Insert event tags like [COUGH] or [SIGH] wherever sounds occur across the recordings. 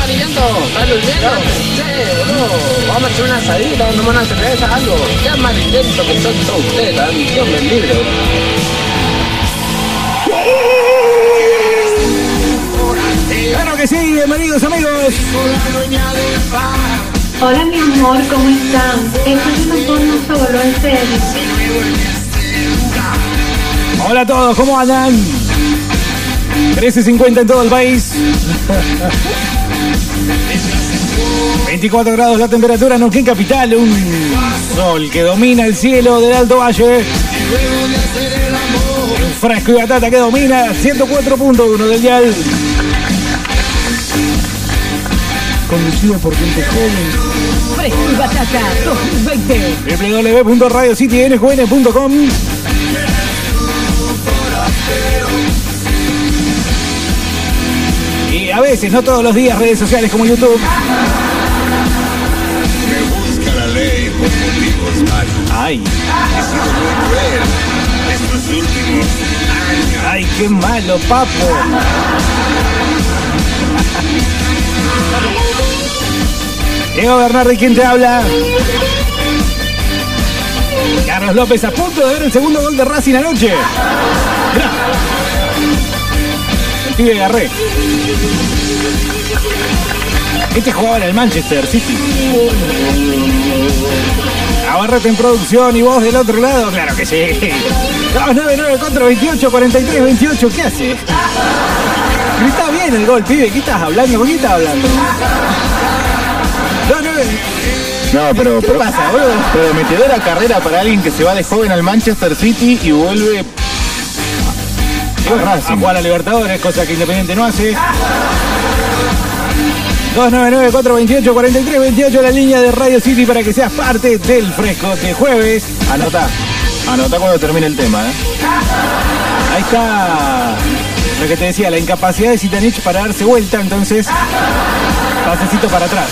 a los negros. Sí, boludo. Vamos a hacer una asadita, vamos a tomar una cerveza, algo. Ya más lento que son todos ustedes, la misión del libro. Claro que sí, bienvenidos amigos. Hola mi amor, ¿cómo están? Esto es un porno fabuloso. Hola a todos, ¿cómo andan? 13.50 en todo el país. 24 grados la temperatura en Neuquén Capital, un sol que domina el cielo del Alto Valle. Un fresco y batata que domina 104.1 del dial. Conducido por gente joven. Fresco y Batata 2020. www.radiocitynjn.com Y a veces, no todos los días, redes sociales como YouTube. Me busca la ley por motivos varios. Ay, He sido muy cruel estos últimos años. ay, qué malo, papo. Diego Bernardi, ¿quién te habla? Carlos López a punto de ver el segundo gol de Racing anoche. Mirá. El pibe agarré. Este jugaba en el Manchester City. Abarrate en producción y vos del otro lado, claro que sí. 294 28 43 28, ¿qué haces? Grita bien el gol, pibe, ¿qué estás hablando? ¿Por qué estás hablando? No, no, No, pero, ¿Qué pero pasa, boludo? prometedora carrera para alguien que se va de joven al Manchester City y vuelve Y bueno, a Racing. jugar a Libertadores, cosa que Independiente no hace. 299-428-4328, la línea de Radio City para que seas parte del fresco de jueves. Anota, anota cuando termine el tema, ¿eh? Ahí está lo que te decía, la incapacidad de Sitanich para darse vuelta, entonces pasecito para atrás.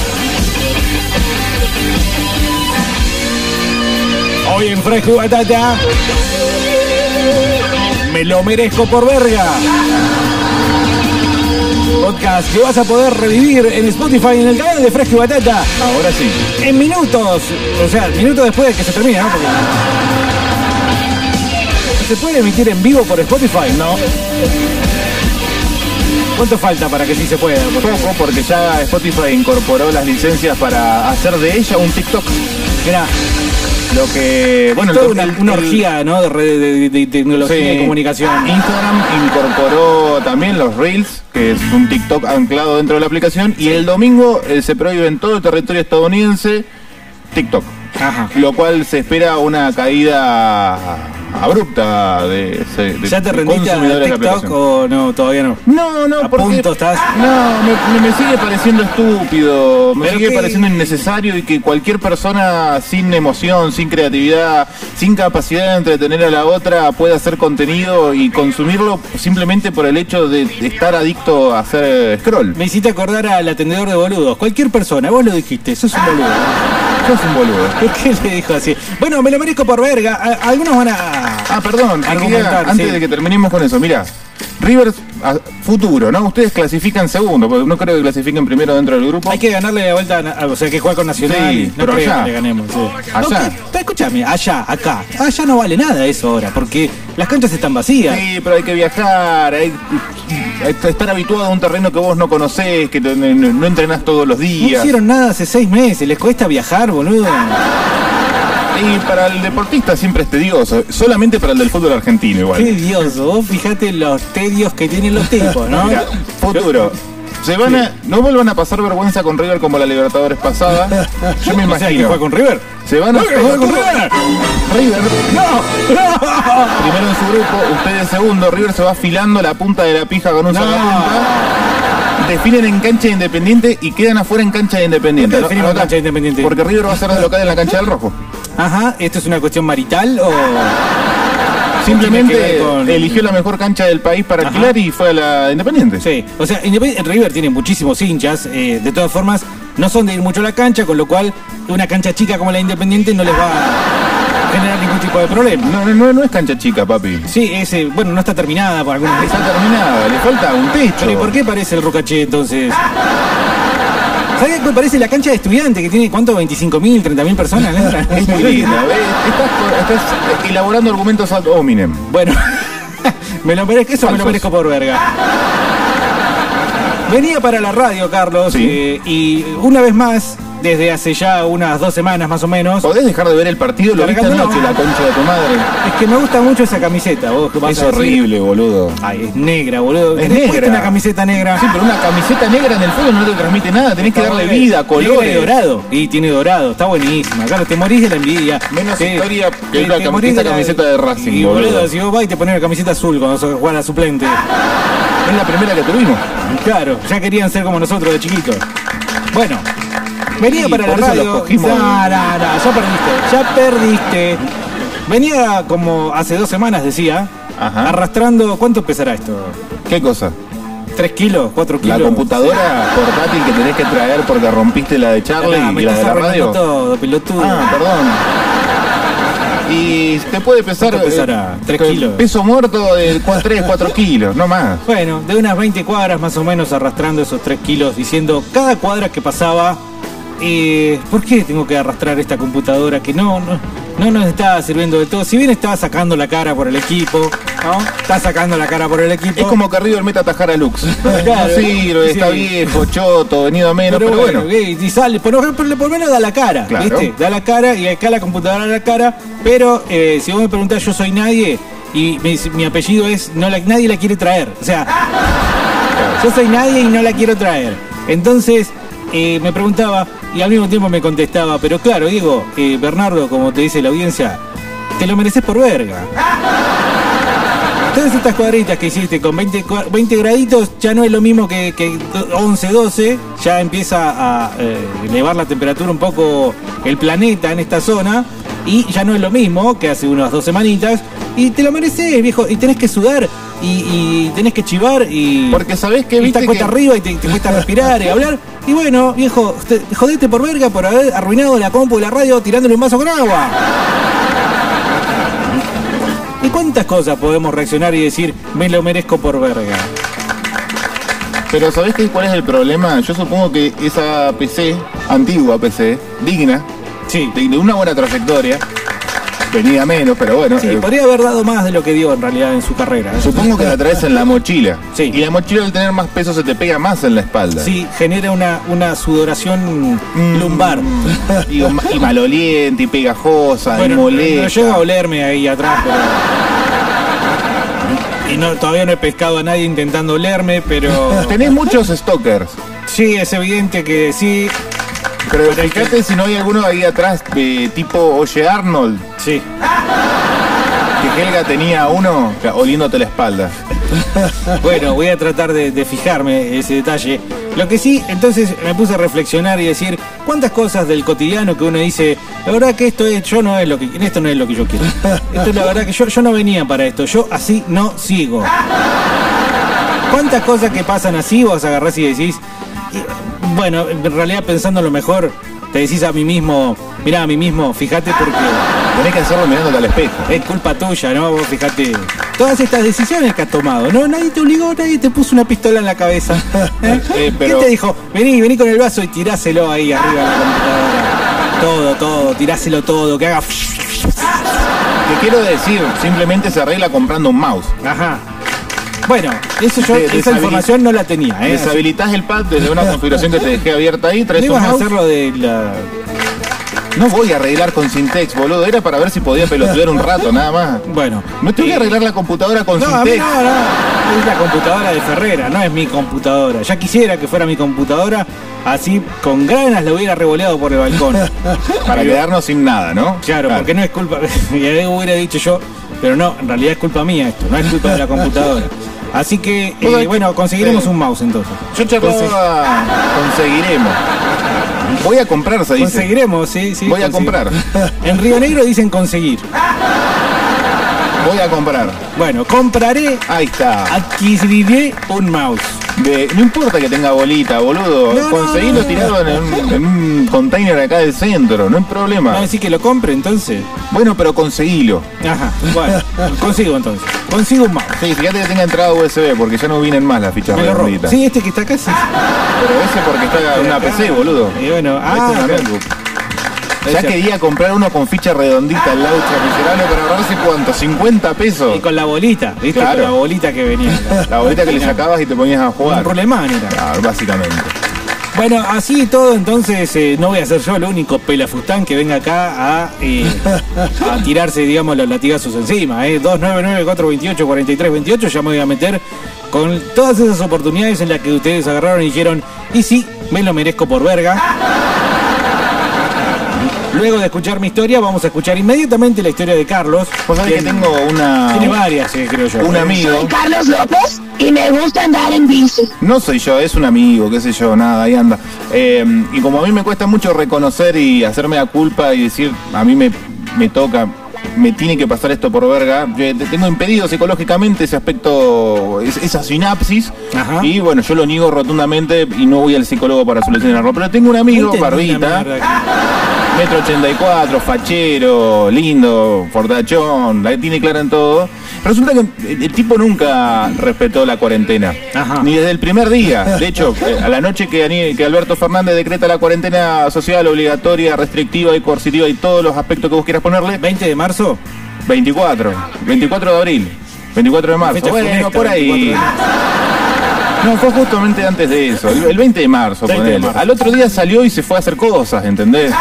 Hoy en Fresco y Batata me lo merezco por verga. Podcast que vas a poder revivir en Spotify en el canal de Fresco y Batata Ahora sí. en minutos. O sea, minutos después de que se termine, ¿no? Porque- ¿Se puede emitir en vivo por Spotify? No. ¿Cuánto falta para que sí se pueda? Porque- Poco porque ya Spotify incorporó las licencias para hacer de ella un TikTok. Mirá, Lo que. Bueno, es toda el- una, el- una el- orgía, ¿no? De, red- de- de- de tecnología Sí. Ah, y comunicación. Instagram incorporó también los Reels, que es un TikTok anclado dentro de la aplicación, y el domingo eh, se prohíbe en todo el territorio estadounidense TikTok. Ajá. Lo cual se espera una caída abrupta de, ese- de ¿Ya te rendiste a consumidores de la TikTok aplicación. o no? Todavía no. No, ¿A no, porque- punto estás? No, me, me- me sigue pareciendo estúpido, me Pero sigue qué- pareciendo innecesario y que cualquier persona sin emoción, sin creatividad, sin capacidad de entretener a la otra pueda hacer contenido y consumirlo simplemente por el hecho de estar adicto a hacer scroll. Me hiciste acordar al atendedor de boludos. Cualquier persona, vos lo dijiste, sos un boludo. Sos un boludo. ¿Por qué le dijo así? Bueno, me lo merezco por verga. A- Algunos van a... Ah, perdón, quería- Argumentar, antes sí. de que terminemos con eso, mira, River a- futuro, ¿no? Ustedes clasifican segundo, porque no creo que clasifiquen primero dentro del grupo. Hay que ganarle la vuelta, a Na- o sea, que juega con Nacional. Sí, no pero creo allá. que le ganemos. sí. Allá. No, que- escúchame, allá, acá. Allá no vale nada eso ahora, porque las canchas están vacías. Sí, pero hay que viajar, hay, hay que estar habituado a un terreno que vos no conocés, que no, no- no entrenás todos los No días. hicieron nada hace seis meses, les cuesta viajar, boludo. Y para el deportista siempre es tedioso, solamente para el del fútbol argentino igual. Qué dioso, vos fijate los tedios que tienen los tipos, ¿no? Mirá, futuro. Se van a- no vuelvan a pasar vergüenza con River como la Libertadores [LAUGHS] pasada. Yo me O sea, que imagino. juega con River. Se van a ¡River, juega con River! River, ¡No! primero en su grupo, ustedes segundo. River se va afilando la punta de la pija con un No. sacapunta. Definen en cancha de Independiente y quedan afuera en cancha de Independiente. ¿Por qué definimos en Anotá. cancha de Independiente? Porque River va a ser de local en la cancha del Rojo. Ajá, ¿esto es una cuestión marital o...? Tiene que Simplemente ver con- eligió la mejor cancha del país para Ajá. alquilar y fue a la de Independiente. Sí, o sea, Independ- River tiene muchísimos hinchas, eh, de todas formas, no son de ir mucho a la cancha, con lo cual una cancha chica como la Independiente no les va a generar ningún tipo de problema. No, no, no, no es cancha chica, papi. Sí, ese, bueno, no está terminada por algunos Está terminada, le falta un techo. Pero ¿y por qué parece el Rucaché entonces? Hardcore parece la cancha de estudiante que tiene, ¿cuánto? 25.000, 30.000 personas. ¿no? [LAUGHS] Es muy linda, ¿ves? [LAUGHS] Estás, estás elaborando argumentos ad hominem. Bueno, [LAUGHS] me lo merezco, eso me lo Falsos. merezco por verga. Venía para la radio, Carlos, Sí. eh, y una vez más, desde hace ya unas dos semanas más o menos, ¿Podés dejar de ver el partido? Lo viste Cargándolo. anoche, la concha de tu madre. es que me gusta mucho esa camiseta. Vos, ¿qué vas Es a decir? horrible, boludo. Ay, es negra, boludo. Es ¿Tenés puesta negra. una camiseta negra. Sí, pero una camiseta negra en el fútbol no te transmite nada. Tenés que darle vida, Tiene colores. dorado. Y tiene dorado, está buenísima. Claro, te morís de la envidia. Menos Te- historia que te- la te cam- morís esta camiseta de Racing, Y boludo, boludo. si vos vas y te pones la camiseta azul cuando sos- jugás a la suplente. [LAUGHS] Es la primera que tuvimos. Claro, ya querían ser como nosotros de chiquitos. Bueno, venía Sí, para la por eso radio. los cogimos. No, no, no, ya perdiste, ya perdiste. Venía como hace dos semanas, decía, Ajá. arrastrando. ¿Cuánto pesará esto? ¿Qué cosa? ¿Tres kilos? ¿Cuatro La kilos? computadora portátil que tenés que traer porque rompiste la de Ah, Charlie me y la estás de la arruinando radio. todo, pelotudo. Ah, perdón. Y te puede pesar. ¿Cuánto pesará? eh, ¿Tres que- kilos? Peso muerto de 3, 4 kilos, no más. Bueno, de unas 20 cuadras más o menos arrastrando esos 3 kilos, diciendo cada cuadra que pasaba, eh, ¿por qué tengo que arrastrar esta computadora que no, no, no nos está sirviendo de todo? Si bien estaba sacando la cara por el equipo, ¿no? Está sacando la cara por el equipo. Es como que River meta atajar a Lux. Claro. No sirve, está Sí. viejo, choto, venido a menos, pero, pero bueno, bueno. eh, y sale, por, lo- por lo- por lo menos da la cara, Claro. ¿viste? Da la cara y acá la computadora da la cara, pero eh, si vos me preguntás, yo soy nadie y mi, mi apellido es, no la, nadie la quiere traer. O sea, yo soy nadie y no la quiero traer. Entonces eh, me preguntaba y al mismo tiempo me contestaba, pero claro, Diego, eh, Bernardo, como te dice la audiencia, te lo mereces por verga. Todas estas cuadritas que hiciste con 20, cua- 20 graditos ya no es lo mismo que, que do- 11, 12, ya empieza a eh, elevar la temperatura un poco el planeta en esta zona y ya no es lo mismo que hace unas dos semanitas y te lo mereces, viejo, y tenés que sudar y, y tenés que chivar y... Porque sabés que y viste está cuesta que- arriba y te, te cuesta respirar y hablar. Y bueno, viejo, te- jodete por verga por haber arruinado la compu y la radio tirándole un vaso con agua. ¿Y cuántas cosas podemos reaccionar y decir, me lo merezco por verga? Pero ¿sabés qué, cuál es el problema? Yo supongo que esa PC, antigua PC, digna, Sí. de, de una buena trayectoria, venía menos, pero bueno. Sí, eh, podría haber dado más de lo que dio en realidad en su carrera. Supongo que la traes en la mochila. Sí. Y la mochila al tener más peso se te pega más en la espalda. Sí, genera una, una sudoración Mm. lumbar. Y, y maloliente, y pegajosa, Bueno, y no, molesta. no llega a olerme ahí atrás, pero- Y no, todavía no he pescado a nadie intentando olerme, pero... [LAUGHS] Tenés muchos stalkers. Sí, es evidente que sí. Pero fíjate si no hay alguno ahí atrás, eh, tipo Oye Arnold, Sí. que Helga tenía uno oliéndote la espalda. [LAUGHS] Bueno, voy a tratar de, de fijarme ese detalle. Lo que sí, entonces me puse a reflexionar y decir cuántas cosas del cotidiano que uno dice, la verdad que esto es, yo no es lo que esto no es lo que yo quiero. Esto es la verdad que yo, yo no venía para esto, yo así no sigo. ¿Cuántas cosas que pasan así vos agarrás y decís, y, bueno, en realidad pensando lo mejor, te decís a mí mismo, mirá a mí mismo, fíjate porque. Tenés que hacerlo mirándote al espejo. Es culpa tuya, ¿no? Vos fíjate. Todas estas decisiones que has tomado, ¿no? Nadie te obligó, nadie te puso una pistola en la cabeza. [LAUGHS] ¿Eh? Eh, pero- ¿Quién te dijo? Vení, vení con el vaso y tiráselo ahí arriba de la computadora. Todo, todo, tiráselo todo, que haga. Te quiero decir, simplemente se arregla comprando un mouse. Ajá. Bueno, eso yo, Te esa deshabilita- información no la tenía, ¿eh? Así que Deshabilitás el pad desde [LAUGHS] una configuración que te dejé abierta ahí, No traes un ibas a mouse. hacerlo de la. No voy a arreglar con Syntex, boludo. Era para ver si podía pelotudear un rato, nada más. Bueno. No te voy a arreglar la computadora con No, a mí Syntex. no, no. Es la computadora de Ferrera, no es mi computadora. Ya quisiera que fuera mi computadora, así con granas la hubiera revoleado por el balcón. [LAUGHS] Para quedarnos sin nada, ¿no? Claro, porque no es culpa, [LAUGHS] y ahí hubiera dicho yo, pero no, en realidad es culpa mía esto, no es culpa de la computadora. Así que, eh, Bueno, bueno, conseguiremos sí. un mouse entonces. Yo charlaba... Conseguiremos. Voy a comprar, se dice. [LAUGHS] Conseguiremos, sí, sí. Voy a comprar. En Río Negro dicen conseguir. Voy a comprar. Bueno, compraré, Ahí está. adquiriré un mouse. De- no importa que tenga bolita, boludo. No, no, Conseguilo no. tirado en un, en un container acá del centro, no hay ¿Va a problema. decir que lo compre entonces? Bueno, pero conseguilo. Ajá, bueno, consigo entonces. Consigo un mouse. Sí, fíjate que tenga entrada USB porque ya no vienen más las fichas Me lo robo. redonditas. Sí, este que está acá sí. Pero ese porque está en una PC, boludo. Y bueno, Este es ah, una bueno. notebook. Ya quería comprar uno con ficha redondita al lado miserable para ahorrarse cuánto, 50 y pesos. con la bolita, ¿viste? Con Claro. la bolita que venía. [LAUGHS] La bolita que le sacabas y te ponías a Un jugar. problemán era. Claro, básicamente. Bueno, así y todo, entonces eh, no voy a ser yo el único pelafustán que venga acá a, eh, a tirarse, digamos, los latigazos encima. Eh. 299-428-4328, ya me voy a meter con todas esas oportunidades en las que ustedes agarraron y dijeron, y sí, me lo merezco por verga. Luego de escuchar mi historia, vamos a escuchar inmediatamente la historia de Carlos. Vos sabés que quien tengo una. Tiene varias, eh, creo yo. Un amigo. Soy Carlos López y me gusta andar en bici. No soy yo, es un amigo, qué sé yo, nada, ahí anda. Eh, y como a mí me cuesta mucho reconocer y hacerme la culpa y decir, a mí me, me toca, me tiene que pasar esto por verga, yo te- tengo impedido psicológicamente ese aspecto, es- esa sinapsis, Ajá. y bueno, yo lo niego rotundamente y no voy al psicólogo para solucionarlo. Pero tengo un amigo, Entendí la Barbita, mierda. Metro 84, fachero, lindo, fortachón, la tiene clara en todo. Resulta que el, el tipo nunca respetó la cuarentena. Ajá. Ni desde el primer día. De hecho, eh, a la noche que, Ani- que Alberto Fernández decreta la cuarentena social obligatoria, restrictiva y coercitiva y todos los aspectos que vos quieras ponerle, 20 de marzo. 24, 24 de abril, 24 de marzo. Fecha Bueno, funesta, por ahí. 24 No, fue justamente antes de eso, el el 20 de marzo, 20 de ponele. marzo. Al otro día salió y se fue a hacer cosas, ¿entendés?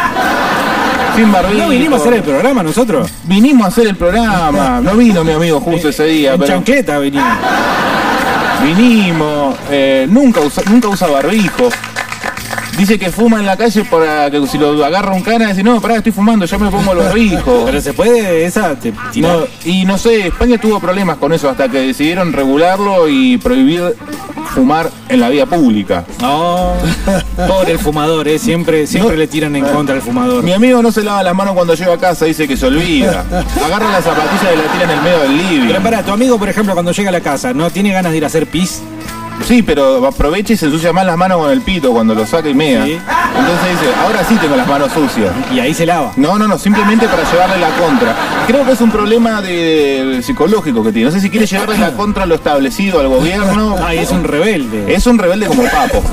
Sin barbijo. ¿No vinimos a hacer el programa nosotros? Vinimos a hacer el programa. No vino mi amigo justo ese día, En pero chancleta venimos. vinimos. eh, nunca, usa, nunca usa barbijo. Dice que fuma en la calle para que si lo agarra un cana, dice, no, pará, estoy fumando, yo me pongo el barbijo. [LAUGHS] Pero se puede esa te tirar. No, y no sé, España tuvo problemas con eso hasta que decidieron regularlo y prohibir fumar en la vía pública. [LAUGHS] No. Pobre el fumador, eh. Siempre, siempre No. le tiran en contra al fumador. Mi amigo no se lava las manos cuando llega a casa, dice que se [LAUGHS] olvida. Agarra la zapatilla y la tira en el medio del living. Pero para, tu amigo, por ejemplo, cuando llega a la casa, ¿no tiene ganas de ir a hacer pis? Sí, pero aprovecha y se ensucia más las manos con el pito cuando lo saca y mea. Sí. Entonces dice, ahora sí tengo las manos sucias. Y ahí se lava. No, no, no, simplemente para llevarle la contra. Creo que es un problema de- psicológico que tiene. No sé si quiere llevarle la contra a lo establecido, al gobierno. Ay, Ah, es un rebelde. Es un rebelde como Papo.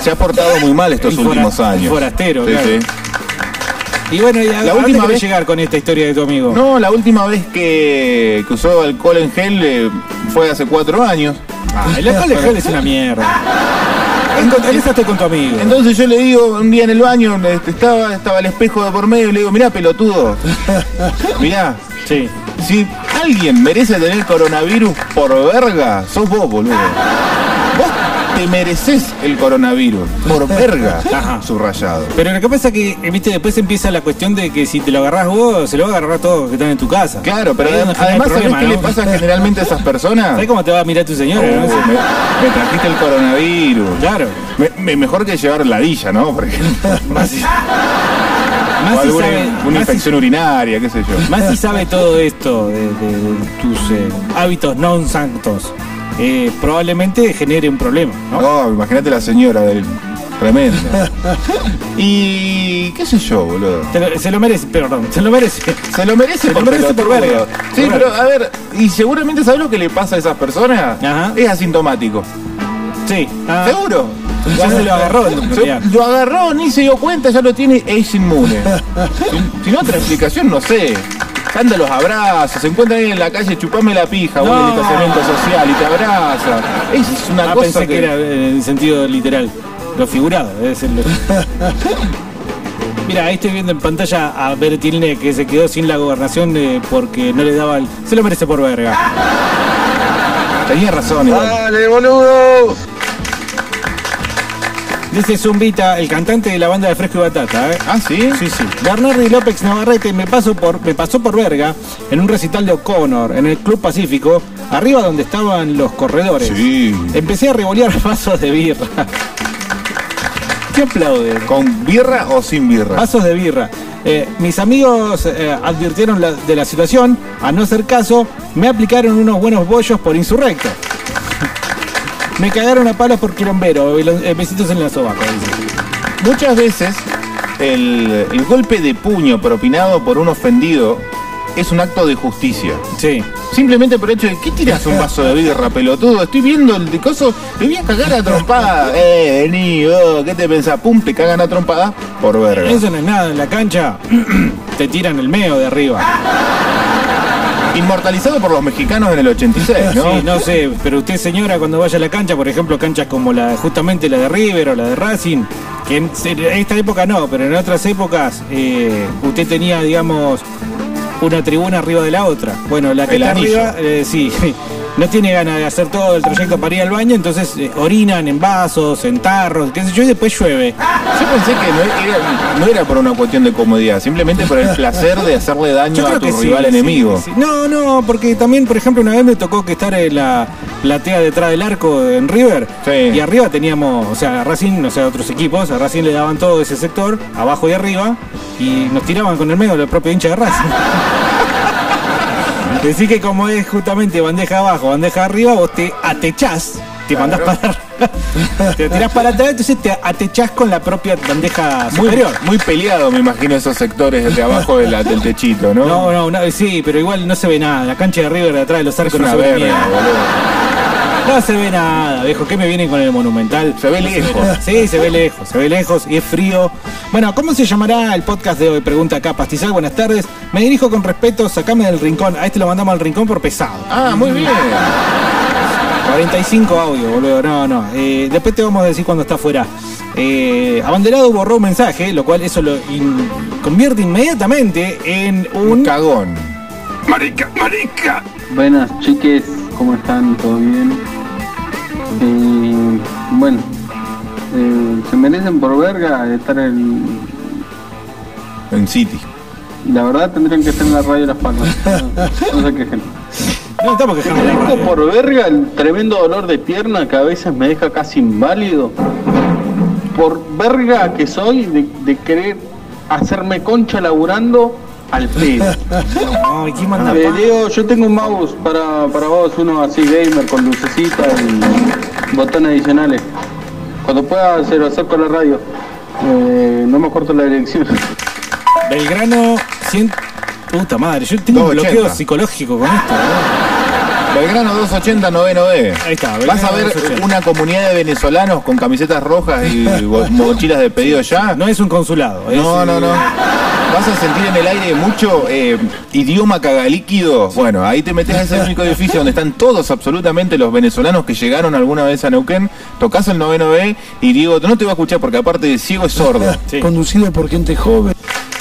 Se ha portado muy mal estos Y fora- últimos años. forastero, claro. Y bueno, y a- ¿a La dónde última querés vez- llegar con esta historia de tu amigo? No, la última vez que, que usó alcohol en gel eh, fue hace cuatro años. Ah, el alcohol de gel es una mierda. En, con- en esa estoy con tu amigo. Entonces yo le digo, un día en el baño, este, estaba, estaba el espejo de por medio y le digo, [LAUGHS] mirá pelotudo, mirá, Sí. si alguien merece tener coronavirus por verga, sos vos, boludo. Vos te mereces el coronavirus por verga, Ajá. subrayado. Pero lo que pasa es que, eh, viste, después empieza la cuestión de que si te lo agarrás vos, se lo va a agarrar todos los que están en tu casa. Claro, pero Ahí es donde adem- genera el además, ¿sabés problema, qué le ¿no? pasa generalmente a esas personas? ¿Sabés cómo te va a mirar tu Oh, señora? me, no? me trajiste el coronavirus. Claro. Me- me- mejor que llevar la villa, ¿no? Por [LAUGHS] ejemplo. Más si, O más si alguna- sabe, una más si- infección urinaria, qué sé yo. más si sabe todo esto de, de- de tus eh, hábitos non santos, eh, probablemente genere un problema, ¿no? No, imagínate la señora del tremendo. y qué sé yo, boludo. Te lo- se lo merece, perdón, se lo merece. Se lo merece, Se lo por merece por pelotudo. verga. Sí, Por pero a ver, y seguramente sabes lo que le pasa a esas personas. Ajá. Es asintomático. Sí. ah, Seguro. Ya se lo agarró en Se- realidad. lo agarró, ni se dio cuenta, ya lo tiene, es [LAUGHS] inmune. Ah. Si- si no, otra explicación, no sé. Anda los abrazos, se encuentra alguien en la calle, chupame la pija, vos No. en el distanciamiento social y te abraza. Es una ah, cosa pensé que... era eh, en sentido literal, lo figurado, debe ser lo... Mira, ahí estoy viendo en pantalla a Bertilne que se quedó sin la gobernación eh, porque no le daba el... Se lo merece por verga. Tenía razón igual. Dice Zumbita, el cantante de la banda de Fresco y Batata, ¿eh? Ah, ¿sí? Sí, sí. Bernardi López Navarrete me, pasó por, me pasó por verga en un recital de O'Connor en el Club Pacífico, arriba donde estaban los corredores. Sí. Empecé a revolear [LAUGHS] vasos de birra. ¿Qué aplaude? ¿Con birra o sin birra? Vasos de birra. Eh, mis amigos eh, advirtieron la- de la situación, a no hacer caso, me aplicaron unos buenos bollos por insurrecto. [LAUGHS] Me cagaron a palos por quilombero, y los- eh, besitos en la sobaco. dice. Muchas veces el, el golpe de puño propinado por un ofendido es un acto de justicia. Sí. Simplemente por el hecho de que tiras un vaso de birra, pelotudo. Estoy viendo el de coso, te voy a cagar a [LAUGHS] trompada. Eh, vení, oh, ¿qué te pensás? Pum, te cagan a trompada por verga. Eso no es nada, en la cancha te tiran el meo de arriba. Inmortalizado por los mexicanos en el 86, ¿no? Ah, Sí, no sé, pero usted señora cuando vaya a la cancha, por ejemplo, canchas como la justamente la de River o la de Racing, que en en esta época no, pero en otras épocas eh, usted tenía, digamos, una tribuna arriba de la otra. Bueno, la que El está anillo. arriba, eh, sí, [LAUGHS] no tiene ganas de hacer todo el trayecto para ir al baño, entonces eh, orinan en vasos, en tarros, qué sé yo, y después llueve. Yo pensé que no era, no era por una cuestión de comodidad, simplemente por el placer de hacerle daño a tu sí, rival sí, enemigo. sí. No, no, porque también, por ejemplo, una vez me tocó que estar en la platea detrás del arco en River. Sí. Y arriba teníamos, o sea, a Racing, o sea, otros equipos, a Racing le daban todo ese sector, abajo y arriba, y nos tiraban con el medio los propios hinchas de [LAUGHS] Racing. Decir que como es justamente bandeja abajo, bandeja arriba, vos te atechás, te mandás para [LAUGHS] te tirás para atrás, entonces te atechás con la propia bandeja Muy, Ah, superior. muy peleado, me imagino, esos sectores de abajo de la- del techito, ¿no? No, no, no, sí, pero igual no se ve nada. La cancha de River de atrás de los Es arcos no una se ve verga, nada. boludo. No se ve nada, viejo. ¿Qué me vienen con el monumental? Se ve No lejos. nada. Sí, se ve lejos, se ve lejos y es frío. Bueno, ¿cómo se llamará el podcast de hoy? Pregunta acá, Pastizal, buenas tardes. Me dirijo con respeto, sacame del rincón. A este lo mandamos al rincón por pesado. Ah, muy bien. 45 audio, boludo. No, no. Eh, después te vamos a decir cuando está fuera. Eh, abanderado borró un mensaje, lo cual eso lo in- convierte inmediatamente en Un un... cagón. Marica, marica. Buenas chiques, ¿cómo están? ¿Todo bien? Eh, bueno, eh, se merecen por verga estar en... En City. La verdad tendrían que estar en la radio Las Palmas. [LAUGHS] No, no se quejen. No estamos quejando de la Tengo radio. por verga el tremendo dolor de pierna que a veces me deja casi inválido. Por verga que soy de, de querer hacerme concha laburando al pedo. [LAUGHS] Ay, ¿quién manda Eh, Diego, yo tengo un mouse para, para vos, uno así gamer con lucecita y botones adicionales. Cuando pueda se lo acerco a la radio. Eh, no me corto la dirección. Belgrano 100. Puta madre, yo tengo un 280. bloqueo psicológico con esto. ¿eh? Belgrano 280 noveno B. Ahí está, Belgrano Vas a ver 280. una comunidad de venezolanos con camisetas rojas [LAUGHS] y bo- mochilas de pedido ya. No es un consulado. es, No, no, eh, no. Vas a sentir en el aire mucho eh, idioma cagalíquido. Bueno, ahí te metes a ese único edificio donde están todos absolutamente los venezolanos que llegaron alguna vez a Neuquén. Tocas el noveno B y Diego no te va a escuchar porque aparte de ciego es sordo. Sí. Conducido por gente joven.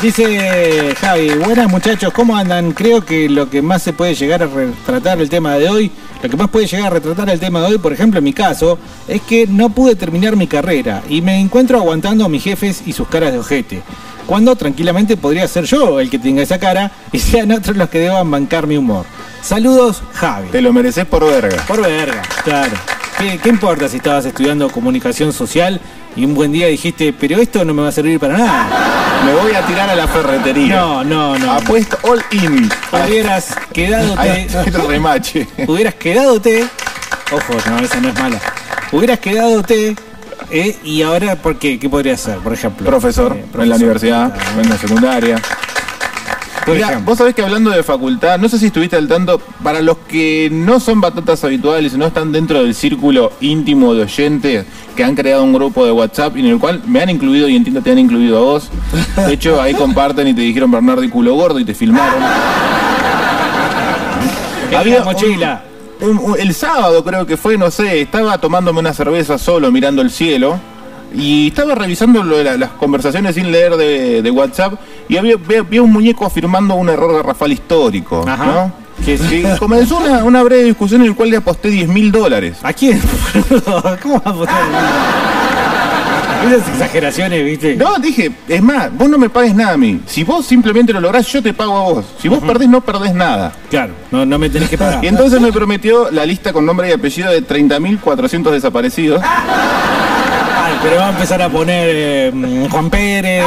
Dice Javi, buenas muchachos, ¿cómo andan? Creo que lo que más se puede llegar a retratar el tema de hoy, lo que más puede llegar a retratar el tema de hoy, por ejemplo en mi caso, es que no pude terminar mi carrera y me encuentro aguantando a mis jefes y sus caras de ojete. Cuando tranquilamente podría ser yo el que tenga esa cara y sean otros los que deban bancar mi humor. Saludos, Javi. Te lo mereces por verga. Por verga, claro. ¿Qué, qué importa si estabas estudiando comunicación social y un buen día dijiste, pero esto no me va a servir para nada? Me voy a tirar a la ferretería. No, no, no. Apuesto all in. Hubieras Ahí quedadote. está el remache. Hubieras quedadote. Ojo, no, esa no es mala. Hubieras quedadote. eh, y ahora, ¿por qué? ¿Qué podría ser, por ejemplo? Profesor, Eh, en la universidad, en la secundaria. Por Mirá, ejemplo. vos sabés que hablando de facultad, no sé si estuviste al tanto, para los que no son batatas habituales, no están dentro del círculo íntimo de oyentes que han creado un grupo de WhatsApp y en el cual me han incluido y entiendo te han incluido a vos. De hecho, ahí comparten y te dijeron Bernardo y culo gordo y te filmaron. Tenía mochila. un- un- el sábado creo que fue, no sé, estaba tomándome una cerveza solo mirando el cielo y estaba revisando lo de la- las conversaciones sin leer de, de WhatsApp y había, ve- vi un muñeco afirmando un error garrafal histórico. Ajá. ¿no? Que- [LAUGHS] Que comenzó una, una breve discusión en la cual le aposté 10 mil dólares. ¿A quién? [LAUGHS] ¿Cómo vas a votar? Esas exageraciones, ¿viste? No, dije, es más, vos no me pagues nada a mí. Si vos simplemente lo lográs, yo te pago a vos. Si vos perdés, no perdés nada. Claro, no, no me tenés que pagar. Y entonces me prometió la lista con nombre y apellido de 30.400 desaparecidos. eh, Ay, pero va a empezar a poner eh, Juan Pérez.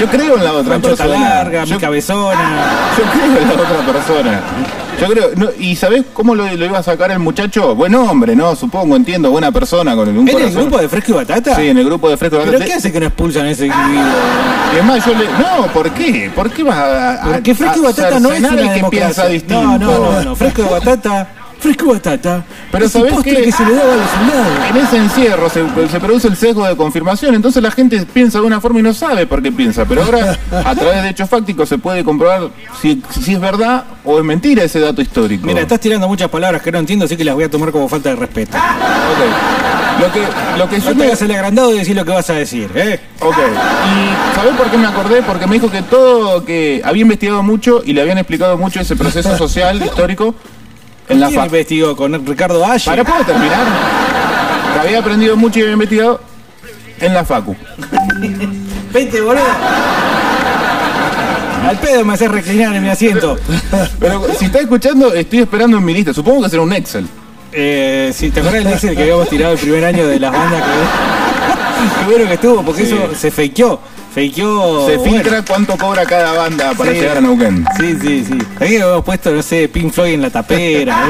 Yo creo en la otra Manchota persona. larga, yo, mi cabezona. yo creo en la otra persona. Yo creo, no, ¿y sabés cómo lo, lo iba a sacar el muchacho? Buen hombre, ¿no? Supongo, entiendo, buena persona con un ¿En el corazón. grupo de Fresco y Batata? Sí, en el grupo de Fresco ¿Pero qué hace que no expulsan a ese individuo? Y es más, yo le. No, ¿por qué? ¿Por qué vas a.? a- Porque Fresco y a Batata no es cercenar una al Ah, que democracia. piensa No, distinto. no, [LAUGHS] no, no. Fresco y Batata. Fresco y Batata. Pero es el ¿sabés postre qué? que se le daba a los soldados. En ese encierro se, se produce el sesgo de confirmación, entonces la gente piensa de una forma y no sabe por qué piensa. Pero ahora, a través de hechos fácticos, se puede comprobar si, si es verdad o es mentira ese dato histórico. Mira, estás tirando muchas palabras que no entiendo, así que las voy a tomar como falta de respeto. Ok. Lo que, lo que yo No te me- hagas el agrandado y decir lo que vas a decir, ¿eh? Ok. ¿Y sabés por qué me acordé? Porque me dijo que todo, que había investigado mucho y le habían explicado mucho ese [LAUGHS] proceso social histórico en la ¿Quién fa- investigó con Ricardo Ash? ¿Para puedo terminar? Que había aprendido mucho y había investigado en la facu. [LAUGHS] Vete, boludo. Al pedo me hace reclinar en mi asiento. [LAUGHS] Pero si está escuchando, estoy esperando en mi lista. Supongo que será un Excel. Eh, si te acuerdas del Excel que habíamos tirado el primer año de las bandas que. Qué bueno que [LAUGHS] estuvo, porque Sí. eso se fakeó. Fakeó. Se Oh, bueno. filtra cuánto cobra cada banda para Sí. llegar a Neuquén. Sí, sí, sí. Aquí habíamos puesto, no sé, Pink Floyd en la [LAUGHS] tapera.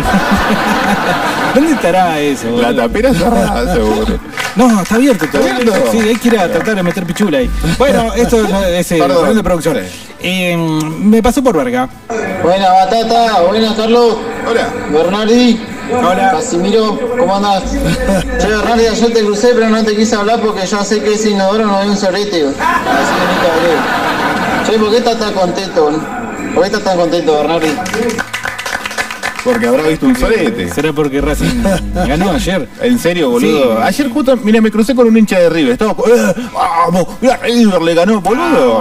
[LAUGHS] ¿Dónde estará eso? La boludo? [LAUGHS] tapera cerrada, seguro. No, está abierto todavía. ¿Está abierto? Sí, hay que ir a tratar de meter pichula ahí. [LAUGHS] Bueno, esto no, es eh, Perdón. perdón de producción. Eh, me pasó por verga. Buena batata, buena Carlos, Hola. Bernardi, Hola. Casimiro, ¿cómo [LAUGHS] andás? Che Bernardi, ayer te crucé pero no te quise hablar porque yo sé que ese inodoro no es un sorete, así que ni cabré. Che, ¿por qué estás tan contento? boludo? ¿Por qué estás tan contento, Bernardi? Porque habrá visto un solete. ¿Será porque Racing ganó ayer? En serio, boludo. Sí. Ayer justo, mira, me crucé con un hincha de River. Estaba, ¡eh! vamos, mira, River le ganó, boludo.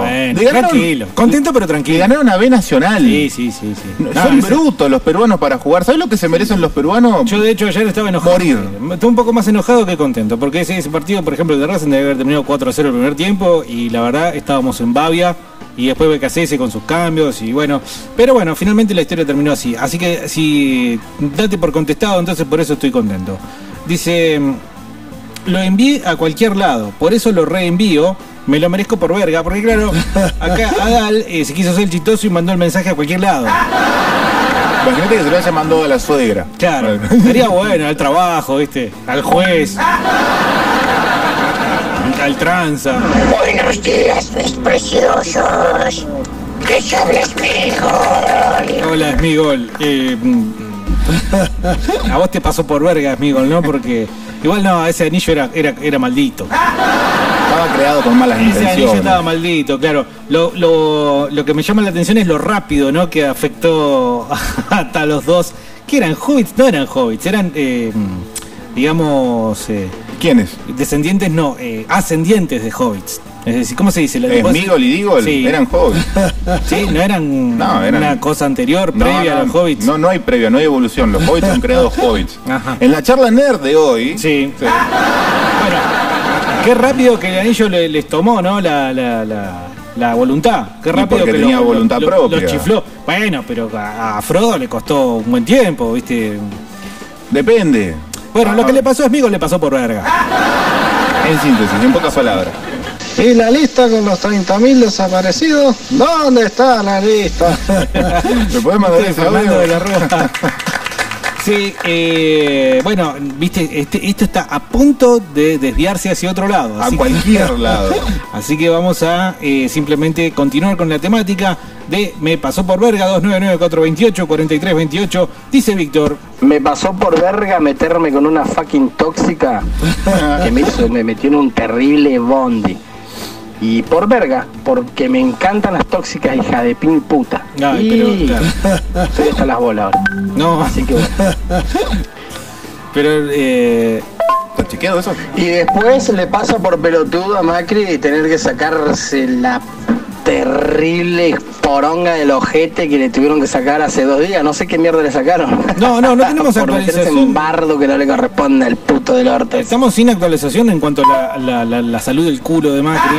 Ah, Bueno, le ganaron, tranquilo. Contento pero Le tranquilo. ganaron a B Nacional. Sí, sí, sí, sí. No, No, Son ese- brutos los peruanos para jugar. ¿Sabes lo que se merecen los peruanos? Yo de hecho ayer estaba enojado. Morir. Estoy un poco más enojado que contento, porque ese, ese partido, por ejemplo, el de Racing debe haber terminado 4 a 0 el primer tiempo y la verdad estábamos en Bavia y después BKCS con sus cambios y bueno, pero bueno, finalmente la historia terminó así. Así que si date por contestado, entonces por eso estoy contento. Dice, lo envié a cualquier lado, por eso lo reenvío. Me lo merezco por verga, porque claro, acá Adal eh, se quiso ser chistoso y mandó el mensaje a cualquier lado. Imagínate que se lo haya mandado a la suegra. Claro, sería bueno al trabajo, ¿viste? Al juez. Al tranza. Buenos días, mis preciosos. Que se hablas, Hola, Smigol. Eh, mm, a vos te pasó por verga, Smigol, ¿no? Porque igual no, ese anillo era, era, era maldito. Estaba creado con malas Ese anillo intenciones. estaba maldito, claro. Lo, lo- lo que me llama la atención es lo rápido, ¿no? Que afectó [LAUGHS] hasta los dos. Que eran hobbits, no eran hobbits, eran, eh, Mm. digamos... eh, ¿Quién es? Descendientes no, eh, ascendientes de hobbits. Es decir, ¿cómo se dice? La- Es vos- Migol y Digol. Sí. Eran hobbits. [LAUGHS] Sí, no eran, No, eran- una cosa anterior, previa a los hobbits. No, no hay previa, no hay evolución. Los hobbits son creados hobbits. Ajá. En la charla nerd de hoy. Sí. Bueno, qué rápido que el anillo le- les tomó, ¿no? La, la, la- la voluntad. Qué Y rápido porque que tenía voluntad propia. Los chifló. Bueno, pero a, a Frodo le costó un buen tiempo, ¿viste? Depende. Bueno, lo Ah, que le pasó a Smigo le pasó por verga. En síntesis, en pocas palabras. ¿Y la lista con los 30.000 desaparecidos? ¿Dónde está la lista? ¿Me podés mandar Este ese Fernando audio? de la Rosa. [LAUGHS] Sí, eh, bueno, viste, este- esto está a punto de desviarse hacia otro lado. A así que- [LAUGHS] cualquier lado. Así que vamos a eh, simplemente continuar con la temática de Me pasó por verga 299-428-4328. Dice Víctor. Me pasó por verga meterme con una fucking tóxica que me hizo, me metió en un terrible bondi. Y por verga, porque me encantan las tóxicas, hija de pin puta. Ay, y... pero, Estoy hasta las bolas ahora. No, Así que bueno. pero eh, ¿Está chequeado eso? Y después le pasa por pelotudo a Macri y tener que sacarse la terrible poronga del ojete que le tuvieron que sacar hace dos días. No sé qué mierda le sacaron. No, no, no tenemos [LAUGHS] por meterse actualización. en bardo que no le corresponde al puto del orto. estamos sin actualización en cuanto a la, la- la- la salud del culo de Macri.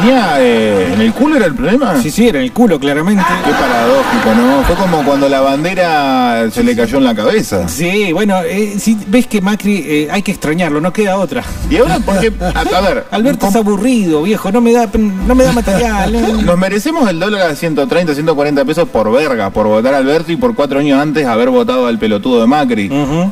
¿Tenía eh, en el culo era el problema? Sí, sí, era el culo, claramente. Qué paradójico, ¿no? Fue como cuando la bandera se le cayó en la cabeza. Sí, bueno, eh, si ves que Macri eh, hay que extrañarlo, no queda otra. Y ahora, ¿por qué? A, a ver, [LAUGHS] Alberto es aburrido, viejo, no me da, no [LAUGHS] me da material. eh. nos merecemos el dólar a 130, 140 pesos por verga, por votar a Alberto y por cuatro años antes haber votado al pelotudo de Macri. Ujú.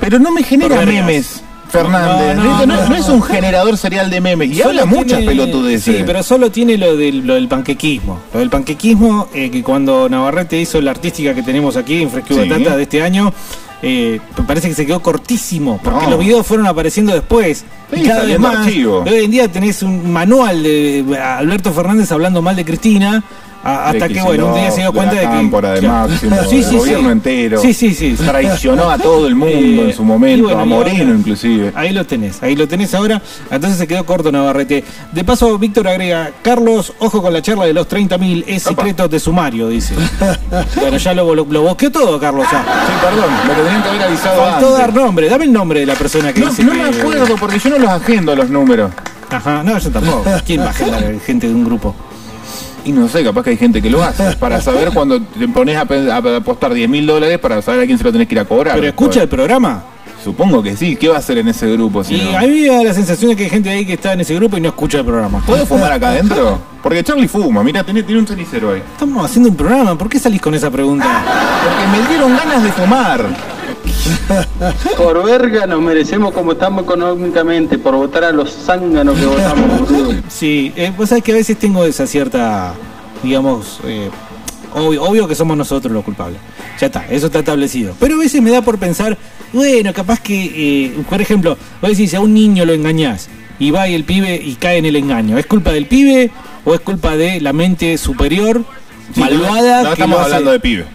Pero no me genera Por vergas. memes, Fernández. No, No, no, no- no. no es un generador serial de memes. Y Solo habla tiene- muchas pelotudeces. Sí, pero solo tiene lo del, lo del panquequismo. Lo del panquequismo, eh, que cuando Navarrete hizo la artística que tenemos aquí en Fresque Sí. Batata de este año, eh, me parece que se quedó cortísimo, porque No. los videos fueron apareciendo después. Sí, y cada vez saliendo más. archivo. Hoy en día tenés un manual de Alberto Fernández hablando mal de Cristina. a- De hasta que, bueno, un día se dio Kicillof, cuenta de de, la que. Cámpora, de Claro. Máximo, [LAUGHS] Sí, del sí, sí. gobierno entero. Sí, sí, sí. Traicionó a todo [LAUGHS] el mundo Eh, en su momento, y bueno, a y ahora- Moreno inclusive. Ahí lo tenés, ahí lo tenés ahora. Entonces se quedó corto Navarrete. De paso, Víctor agrega, Carlos, ojo con la charla de los 30.000, es Opa. secreto de sumario, [LAUGHS] dice. bueno, ya lo, lo, lo bosqueó todo, Carlos. ya. Sí, perdón, me lo tenían que haber avisado Faltó antes. dar nombre, dame el nombre de la persona que No, dice no que- me acuerdo porque yo no los agendo los números. Ajá, no, yo tampoco. ¿Quién va a agendar gente de un grupo? Y no sé, capaz que hay gente que lo hace. Para saber cuando te pones a, pe- a apostar 10 mil dólares para saber a quién se lo tenés que ir a cobrar. Pero escucha el programa. Supongo que sí. ¿Qué va a hacer en ese grupo? Si Y no? a mí me da la sensación de que hay gente ahí que está en ese grupo y no escucha el programa. ¿Puedo fumar acá adentro? Porque Charlie fuma. Mira, tiene, tiene un cenicero ahí. Estamos haciendo un programa, ¿por qué salís con esa pregunta? Porque me dieron ganas de fumar. [LAUGHS] Por verga nos merecemos como estamos económicamente, por votar a los zánganos que votamos, boludo. Sí, eh, vos sabés que a veces tengo esa cierta, digamos, eh, obvio, obvio que somos nosotros los culpables. Ya está, eso está establecido. Pero a veces me da por pensar, bueno, capaz que, eh, por ejemplo, vos decís, si a un niño lo engañás y va y el pibe y cae en el engaño, ¿es culpa del pibe o es culpa de la mente superior, malvada? No que lo estamos hace- hablando de pibe.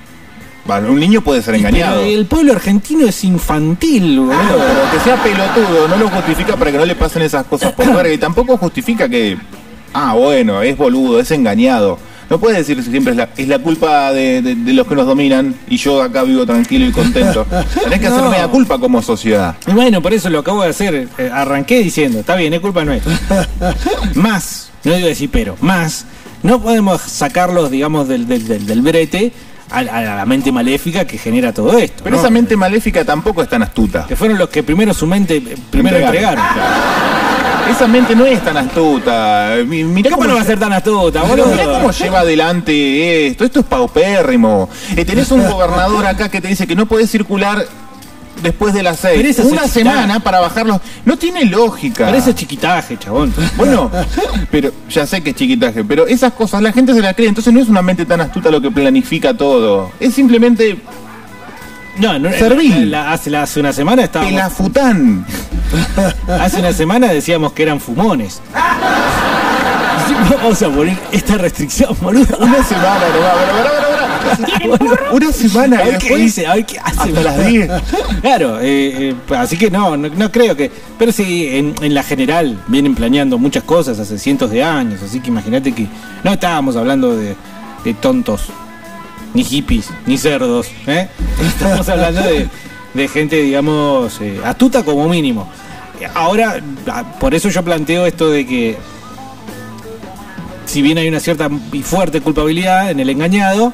Bueno, un niño puede ser engañado. Pero el pueblo argentino es infantil, boludo. Bueno, pero que sea pelotudo no lo justifica para que no le pasen esas cosas [COUGHS] por verga. Y tampoco justifica que, ah, bueno, es boludo, es engañado. No puedes decir siempre es la, es la culpa de, de- de los que nos dominan y yo acá vivo tranquilo [LAUGHS] y contento. Tenés que hacer No. media culpa como sociedad. Y Bueno, por eso lo acabo de hacer. Eh, arranqué diciendo, está bien, es culpa [LAUGHS] nuestra. más, no digo decir pero, más, no podemos sacarlos, digamos, del, del, del, del brete a, a la mente maléfica que genera todo esto. Pero ¿no? esa mente maléfica tampoco es tan astuta. Que fueron los que primero su mente, eh, primero Entregaron. entregaron. Esa mente no es tan astuta. Mi- Mirá ¿Cómo no va a ser tan astuta, Pero boludo? mirá cómo lleva adelante esto, esto es paupérrimo. Eh, tenés un gobernador acá que te dice que no podés circular después de las Pero seis. eso es Una excitante. semana para bajarlos. No tiene lógica. Pero eso es chiquitaje, chabón. Bueno, pero ya sé que es chiquitaje, pero esas cosas la gente se las cree, entonces no es una mente tan astuta lo que planifica todo. Es simplemente No, no Servil. la- hace, la- hace una semana estábamos. pelafután. Hace una semana decíamos que eran [LAUGHS] fumones. [LAUGHS] Sí, Vamos a poner esta restricción, boludo. Una semana nomás, pará, pará, pará, pará. Una semana A y ver qué después dice, a ver qué hace. hasta las 10. [LAUGHS] Claro, eh, eh, así que no, no, no creo que. Pero sí, en, en la general vienen planeando muchas cosas hace cientos de años, así que imagínate que no estábamos hablando de, de tontos, ni hippies, ni cerdos, ¿eh? Estamos hablando de, de gente, digamos, eh, astuta como mínimo. Ahora, ah, por eso yo planteo esto de que si bien hay una cierta y fuerte culpabilidad en el engañado,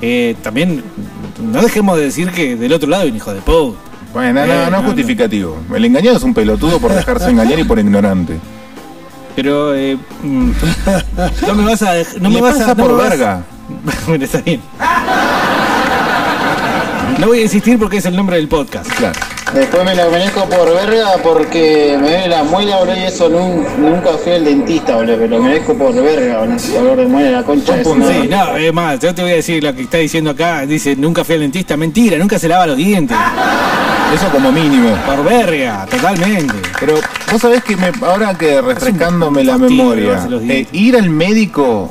eh, también no dejemos de decir que del otro lado hay un hijo de puta. Bueno, no, Eh, no, no, no. es justificativo. El engañado es un pelotudo por dejarse engañar y por ignorante. [LAUGHS] Pero eh, mm, no me vas a dej- no Le me vas pasa a no por me vas- verga. [LAUGHS] bueno, está bien. No voy a insistir porque es el nombre del podcast. Claro. Después me la merezco por verga porque me duele la muela, boludo, y eso nun- nunca fui al dentista, boludo, pero me merezco por verga, boludo, ese dolor de muela, la concha de su madre. Sí, no, es más, yo te voy a decir lo que está diciendo acá. Dice, nunca fui al dentista. Mentira, nunca se lava los dientes. Eso como mínimo. Por verga, totalmente. Pero vos sabés que me- ahora que refrescándome la fastidio, memoria, se los eh, dientes. ir al médico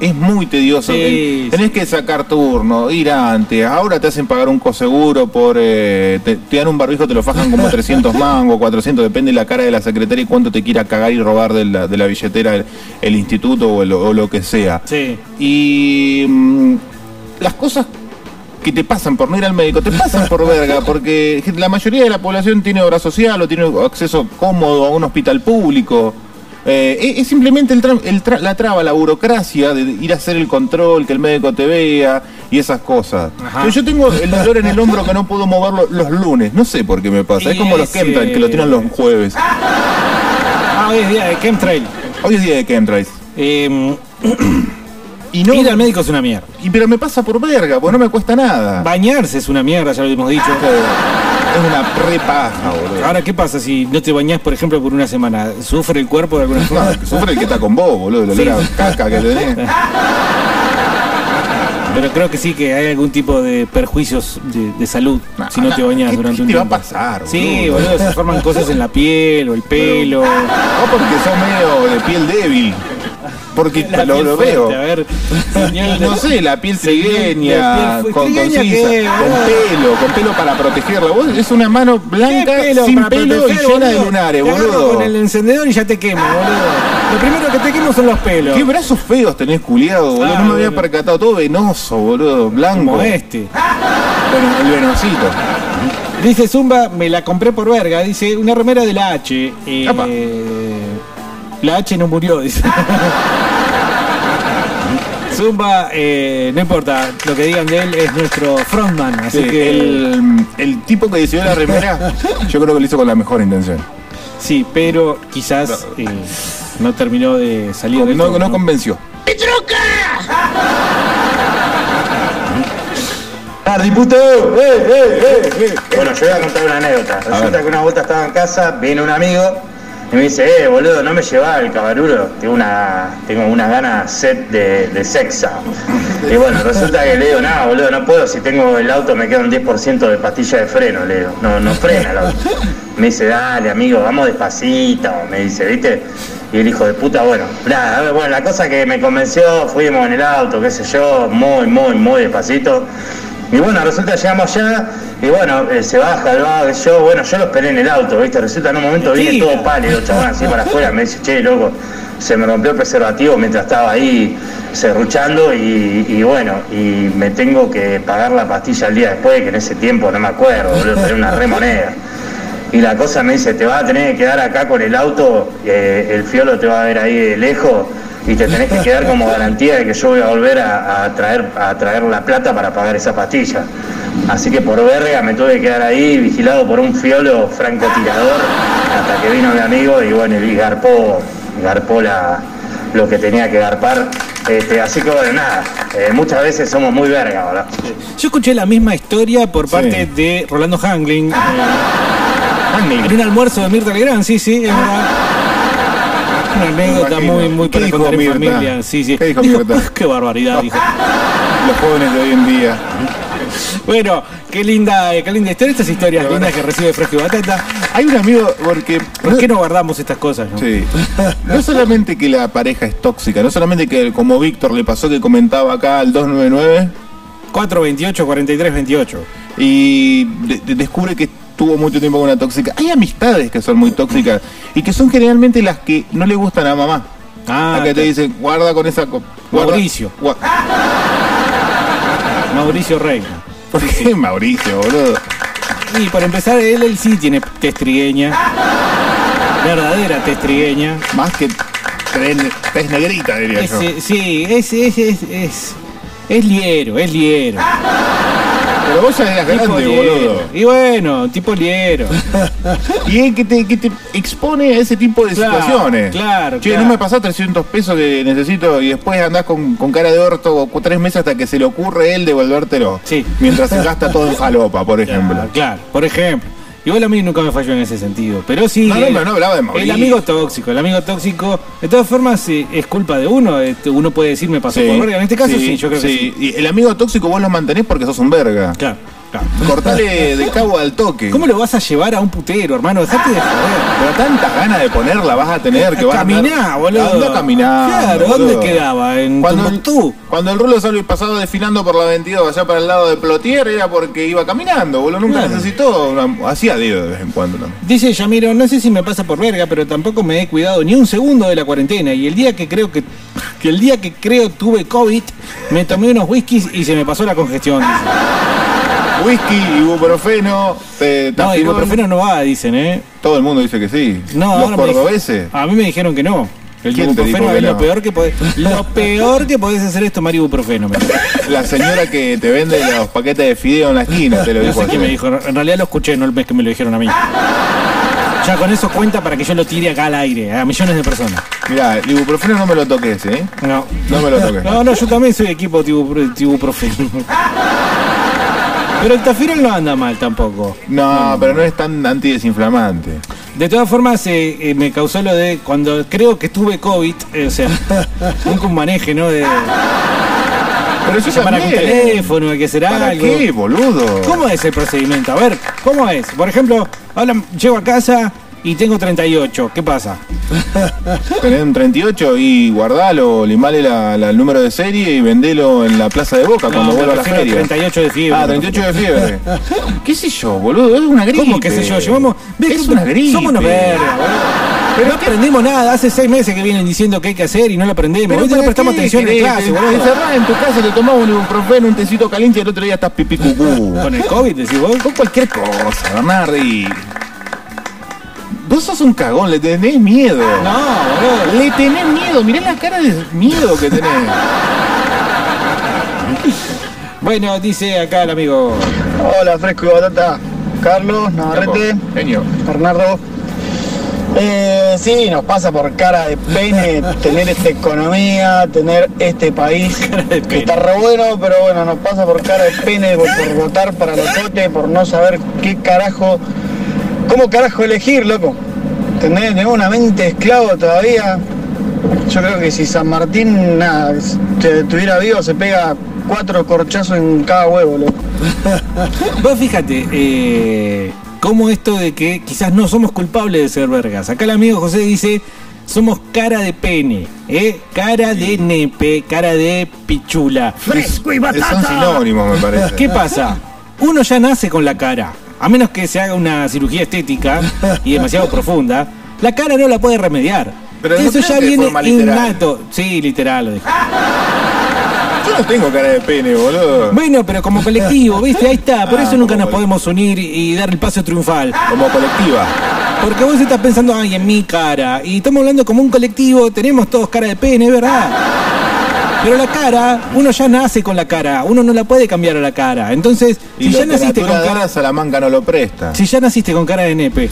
es muy tedioso. Sí, Eh, sí. Tenés que sacar turno, ir antes. Ahora te hacen pagar un coseguro por... eh, te, te dan un barbijo, te lo [LAUGHS] fajan como 300 mangos, 400, depende de la cara de la secretaria y cuánto te quiera cagar y robar de la, de la billetera el, el instituto o, lo- o lo que sea. Sí. Y mm, las cosas que te pasan por no ir al médico, te pasan por [LAUGHS] verga, porque la mayoría de la población tiene obra social o tiene acceso cómodo a un hospital público. Eh, es- es simplemente el tra- el tra- la traba, la burocracia de ir a hacer el control, que el médico te vea y esas cosas. Ajá. Pero yo tengo el dolor en el hombro que no puedo moverlo los lunes. No sé por qué me pasa. Es Y como los ese- chemtrails que lo tiran los jueves. Ah, hoy es día de chemtrail. Hoy es día de chemtrails. Eh, [CLEARS THROAT] Y no, Ir al médico es una mierda. y- pero me pasa por verga, porque no me cuesta nada. Bañarse es una mierda, ya lo hemos dicho. Es una prepaja, boludo. Ahora, ¿qué pasa si no te bañás, por ejemplo, por una semana? ¿Sufre el cuerpo de alguna forma? No, [LAUGHS] sufre el que está con vos, boludo. La Sí. caca que le tenés. [LAUGHS] Pero creo que sí que hay algún tipo de perjuicios de, de salud Nah, si no nah, te bañas ¿qué- durante qué un te va a tiempo. pasar, Sí, boludo? boludo, se forman cosas en la [LAUGHS] piel o el pelo. No porque sos medio de piel débil. Porque La lo, piel lo fuerte, veo. A ver, señal de- No sé, la piel Sí, la trigueña, piel fu- con, con ¿trigueña sisa, qué, con boludo? pelo, con pelo para protegerla. Vos es una mano blanca, ¿Qué pelo sin para pelo y proteger, llena de boludo? lunares, Te agarro boludo. con el encendedor y ya te quemo, boludo. Lo primero que te quemo son los pelos. Qué brazos feos tenés culiado, boludo. Ah, no me había boludo. percatado. Todo venoso, boludo. Blanco. Como este. Bueno, el venosito. Dice Zumba, me la compré por verga. Dice, una remera de la H. Eh, Apa. la H no murió, dice. Zumba, eh, no importa, lo que digan de él es nuestro frontman, así Sí, que el, el tipo que decidió la remera, yo creo que lo hizo con la mejor intención. sí, pero quizás eh, no terminó de salir del No, todo, no convenció. Bueno, yo voy a contar una anécdota. Resulta ver. que una vuelta estaba en casa, viene un amigo y me dice, eh, boludo, no me llevas al cabaruro. Tengo una, tengo una gana set de, de sexa. Y bueno, resulta que le digo, nada, boludo, no puedo. Si tengo el auto me queda un 10% de pastilla de freno, le digo. No, no frena el auto. Me dice, dale, amigo, vamos despacito. Me dice, ¿viste? Y el hijo de puta, bueno, nada, a ver, bueno, la cosa que me convenció, fuimos en el auto, qué sé yo, muy, muy, muy despacito. Y bueno, resulta que llegamos allá y bueno, eh, se baja el vago, yo, bueno, yo lo esperé en el auto, ¿viste? Resulta en un momento viene Mentira. todo pálido, chabón, así para afuera, me dice, che, loco, se me rompió el preservativo mientras estaba ahí serruchando y, y bueno, y me tengo que pagar la pastilla el día después, que en ese tiempo no me acuerdo, boludo, era una remoneda. Y la cosa me dice, te vas a tener que quedar acá con el auto, eh, el fiolo te va a ver ahí de lejos y te tenés que quedar como garantía de que yo voy a volver a, a traer, a traer la plata para pagar esa pastilla. Así que por verga me tuve que quedar ahí vigilado por un fiolo francotirador hasta que vino mi amigo y bueno, y garpó, garpó la, lo que tenía que garpar. Este, así que bueno, nada, eh, muchas veces somos muy verga, ¿verdad? Yo escuché la misma historia por parte de Rolando Hangling. eh, En un almuerzo de Mirta Legrand, sí, sí, es verdad. Una anécdota Ah. Imagino. muy, muy ¿Qué para dijo contar en Mirta? familia. Sí, sí. ¿Qué dijo Dijo, Mirta? "Uf, qué barbaridad, dijo. [LAUGHS] Los jóvenes de hoy en día. Bueno, qué linda, eh, qué linda historia, estas historias Pero lindas bueno. que recibe Fresco y Batata. Hay un amigo, porque. ¿Por qué no guardamos estas cosas? no? Sí. No solamente que la pareja es tóxica, no solamente que, como Víctor le pasó que comentaba acá al 299, 428, 43, 28. y de- de- descubre que estuvo mucho tiempo con una tóxica. Hay amistades que son muy tóxicas y que son generalmente las que no le gustan a mamá. Ah, Las que te claro. dicen, guarda con esa. co- Guarda, Mauricio. gua- Mauricio Reina. ¿Por qué Mauricio, boludo? Y para empezar, él, él sí tiene testrigueña. Verdadera testrigueña. Más que tres, tres negrita, diría yo. Ese- sí, es, es, es, es, es liero, es liero. Pero vos ya eras Tipo grande, liero. boludo. Y bueno, tipo liero. [LAUGHS] Y es que te, que te expone a ese tipo de Claro, situaciones. claro, Che, claro. no me pasás 300 pesos que necesito y después andás con, con cara de orto o tres meses hasta que se le ocurre él devolvértelo. Sí. [LAUGHS] Mientras se gasta todo en falopa, por ejemplo. Ah, claro, por ejemplo. Igual a mí nunca me falló en ese sentido. Pero sí. No, no, el- pero no hablaba de El Mauricio. amigo tóxico, el amigo tóxico. De todas formas, eh, es culpa de uno. este, Uno puede decir me pasó Sí, por verga. En este caso, sí, yo creo que sí. Y el amigo tóxico vos lo mantenés porque sos un verga. Claro, claro. [LAUGHS] Cortale de cabo al toque. ¿Cómo lo vas a llevar a un putero, hermano? Dejate de joder. Pero tantas ganas de ponerla vas a tener que vas a andar- Caminá, boludo. Anda caminando, Claro, ¿dónde boludo. quedaba? En Cuando Tombuctú. el, cuando el rulo salió y pasaba desfilando por la 22 allá para el lado de Plotier era porque iba caminando, boludo. Nunca Claro. necesitó. una- hacía dedo de vez en cuando también. Dice Yamiro, no sé si me pasa por verga, pero tampoco me he cuidado ni un segundo de la cuarentena. Y el día que creo que, [LAUGHS] que el día que creo tuve COVID, me tomé unos whiskies y se me pasó la congestión. dice. Whisky, ibuprofeno, eh, No, tafirol. ibuprofeno no va, dicen, ¿eh? Todo el mundo dice que sí. No, Los ahora me dij- cordobeses. A mí me dijeron que no. El ¿Quién te dijo ibuprofeno que es no? lo peor que podés. [LAUGHS] Lo peor que podés hacer es tomar ibuprofeno. me dijeron. La señora que te vende los paquetes de fideo en la esquina, te lo No dijo sé así. quién me dijo. En realidad lo escuché, no el mes que me lo dijeron a mí. Ya con eso cuenta para que yo lo tire acá al aire, a millones de personas. Mirá, el ibuprofeno no me lo toques, ¿eh? No. No me lo toques. No, no, yo también soy equipo tibupro- tibuprofeno. [LAUGHS] Pero el tafirol no anda mal tampoco. No, pero no es tan [LAUGHS] antidesinflamante. De todas formas, eh, eh, me causó lo de cuando creo que tuve COVID, eh, o sea, [LAUGHS] un maneje, ¿no? De Pero eso llamar a un también. teléfono, hay que hacer ¿Para algo. qué, boludo? ¿Cómo es el procedimiento? A ver, ¿cómo es? Por ejemplo, ahora llego a casa y tengo 38. ¿Qué pasa? Tenés un 38 y guardalo, limale la, la- el número de serie y vendelo en la plaza de Boca cuando me vuelva a la refiero feria. 38 de fiebre. Ah, 38 [LAUGHS] de fiebre. ¿Qué sé yo, boludo? Es una gripe. ¿Cómo qué sé yo? Llevamos. ¿Ves Es que una gripe. Somos unos vergas, boludo. no aprendimos nada. Hace seis meses que vienen diciendo qué hay que hacer y no lo aprendemos. Ahorita no ¿para prestamos qué atención en querés? clase, Te- boludo. Te cerrás en tu casa, te tomás un ibuprofeno, un tecito caliente y el otro día estás pipí cucú. Con el COVID, decís vos. Con cualquier cosa, Bernardi. Vos sos un cagón, le tenés miedo. No, boludo. Le tenés miedo, mirá la cara de miedo que tenés. [LAUGHS] Bueno, dice acá el amigo. Hola, fresco y batata. Carlos, Navarrete, Genio. Bernardo. Eh, sí, nos pasa por cara de [LAUGHS] pene tener esta economía, tener este país de que pene. está re bueno, pero bueno, nos pasa por cara de pene, por, por votar para los cotes, por no saber qué carajo, cómo carajo elegir, loco. ¿Entendés? Tenemos una mente de esclavo todavía. Yo creo que si San Martín nada, te- estuviera vivo se pega cuatro corchazos en cada huevo, loco. [LAUGHS] Vos fíjate, eh, cómo esto de que quizás no somos culpables de ser vergas. Acá el amigo José dice, somos cara de pene, ¿eh? cara de nepe, cara de pichula. Fresco y Son sinónimos, me parece. ¿Qué pasa? Uno ya nace con la cara, a menos que se haga una cirugía [LAUGHS] estética y demasiado profunda. La cara no la puede remediar. Pero no Eso creo ya que de viene forma literal. innato. Sí, literal lo dijo. Yo no tengo cara de pene, boludo. Bueno, pero [LAUGHS] como colectivo, ¿viste? Ahí está. Por Ah, eso nunca como nos podemos unir y dar el paso triunfal. Como colectiva. Porque vos estás pensando, ay, en mi cara. Y estamos hablando como un colectivo, tenemos todos cara de pene, es verdad. Pero la cara, uno ya nace con la cara, uno no la puede cambiar a la cara. Entonces, Y si la ya naciste con literatura de cara. Ara Salamanca no lo presta. Si ya naciste con cara de nepe,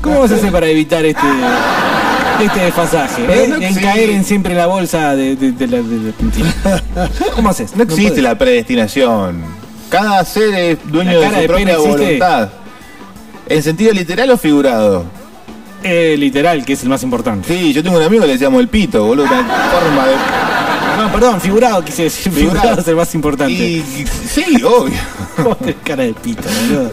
¿cómo vas a hacer para evitar este, este desfasaje? Pero eh? no en existe. caer en siempre la bolsa de, de- de la, de la mentira. [LAUGHS] ¿Cómo haces? No existe podés. la predestinación. Cada ser es La dueño de cara su de pene propia existe. voluntad. ¿En sentido literal o figurado? Eh, literal, que es el más importante. Ah. Sí, yo tengo un amigo que le decíamos el pito, boludo. una forma de... No, perdón, figurado quise decir. Figurado, Figurado. es el más importante. Y, y- sí, [LAUGHS] obvio. Ah, Joder, cara de pito, boludo.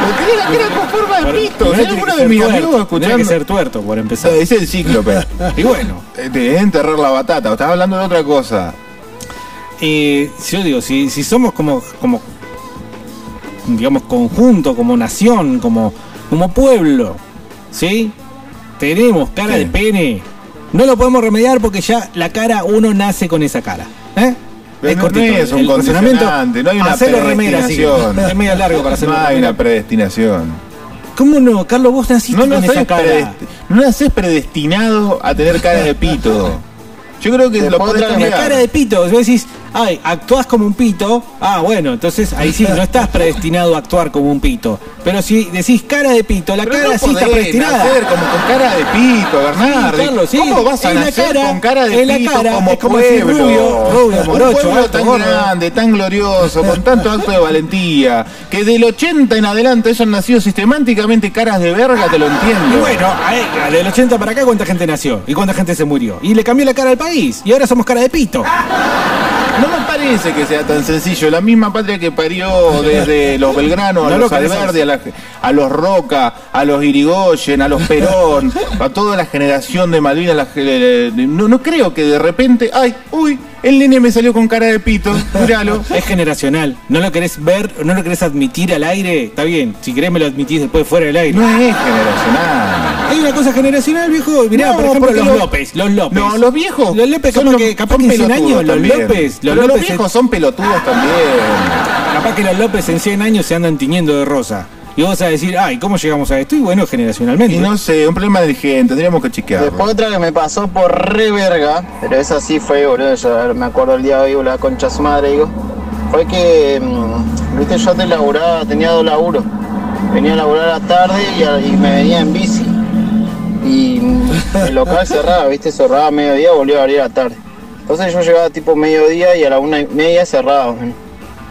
Pero tenés la cara con forma de pito. Primero Yo tiene alguno que de ser tuerto, Tiene mis amigos que escuchando... ser tuerto pues. por empezar. Es el cíclope. Y bueno, Eh, Te es enterrar la batata. O estás hablando de otra cosa. eh, yo digo, si, si somos como, como, digamos, conjunto, como nación, como, como pueblo, ¿sí? Tenemos cara Sí. de pene. No lo podemos remediar porque ya la cara, uno nace con esa cara. ¿eh? Pero no- no es un el razonamiento, condicionante, no hay una hacelo remera, sí. predestinación. [LAUGHS] Es medio largo para hacer No hay una predestinación. ¿Cómo no? Carlos, vos naciste No, no, con esa sos cara. predest- no nacés predestinado a tener cara de pito. Yo creo que Te lo pondrán podés la Una cambiar. cara de pito, vos decís, ay, actúas como un pito, ah, bueno, entonces ahí sí, no estás predestinado a actuar como un pito. Pero si decís cara de pito, la Pero cara no sí está podés predestinada. nacer como con cara de pito, Bernardo. Sí, Carlos, sí. ¿Cómo vas a En la nacer cara- con cara de en la pito cara como, es como decir pueblo? rubio, rubio, morocho, un pueblo alto, tan gordo. grande, tan glorioso, con tanto acto de valentía, que del 80 en adelante hayan nacido sistemáticamente caras de verga, te lo entiendo. Y bueno, a- a- del 80 para acá, ¿cuánta gente nació? ¿Y cuánta gente se murió? Y le cambió la cara al país. Y ahora somos cara de pito. No me parece que sea tan sencillo. La misma patria que [LAUGHS] parió desde los Belgrano, No a lo los querés Alberdi, a, la- a los Roca, a los Irigoyen, a los [LAUGHS] Perón, a toda la generación de Malvinas. la ge- no, no creo que de repente, ay, uy, El nene me salió con cara de pito, míralo. Es generacional. No lo querés ver, no lo querés admitir al aire, está bien. Si querés me lo admitís después fuera del aire. No es generacional. Hay una cosa generacional, viejo. Mirá, No, por ejemplo, porque los lo- López. Los López. No, los viejos. Los López, son capaz los- que, capaz son que en 100 pelotudos años, los también. López. Los Pero los López, viejos son pelotudos también. Capaz que los López en 100 años se andan tiñendo de rosa. Y vos vas a decir, ay, ¿cómo llegamos a esto? Y bueno, generacionalmente. Y no sé, un problema de gente, tendríamos que chequearlo. Después otra que me pasó por re verga, pero esa sí fue, boludo, yo me acuerdo el día de hoy, boludo, la concha de su madre, digo, fue que, mm, viste, yo te laburaba, tenía dos laburos, venía a laburar a la tarde y, a- y me venía en bici, y mm, el local cerraba, viste, cerraba a mediodía, volvía a abrir a la tarde, entonces yo llegaba tipo mediodía y a la una y media cerraba, man.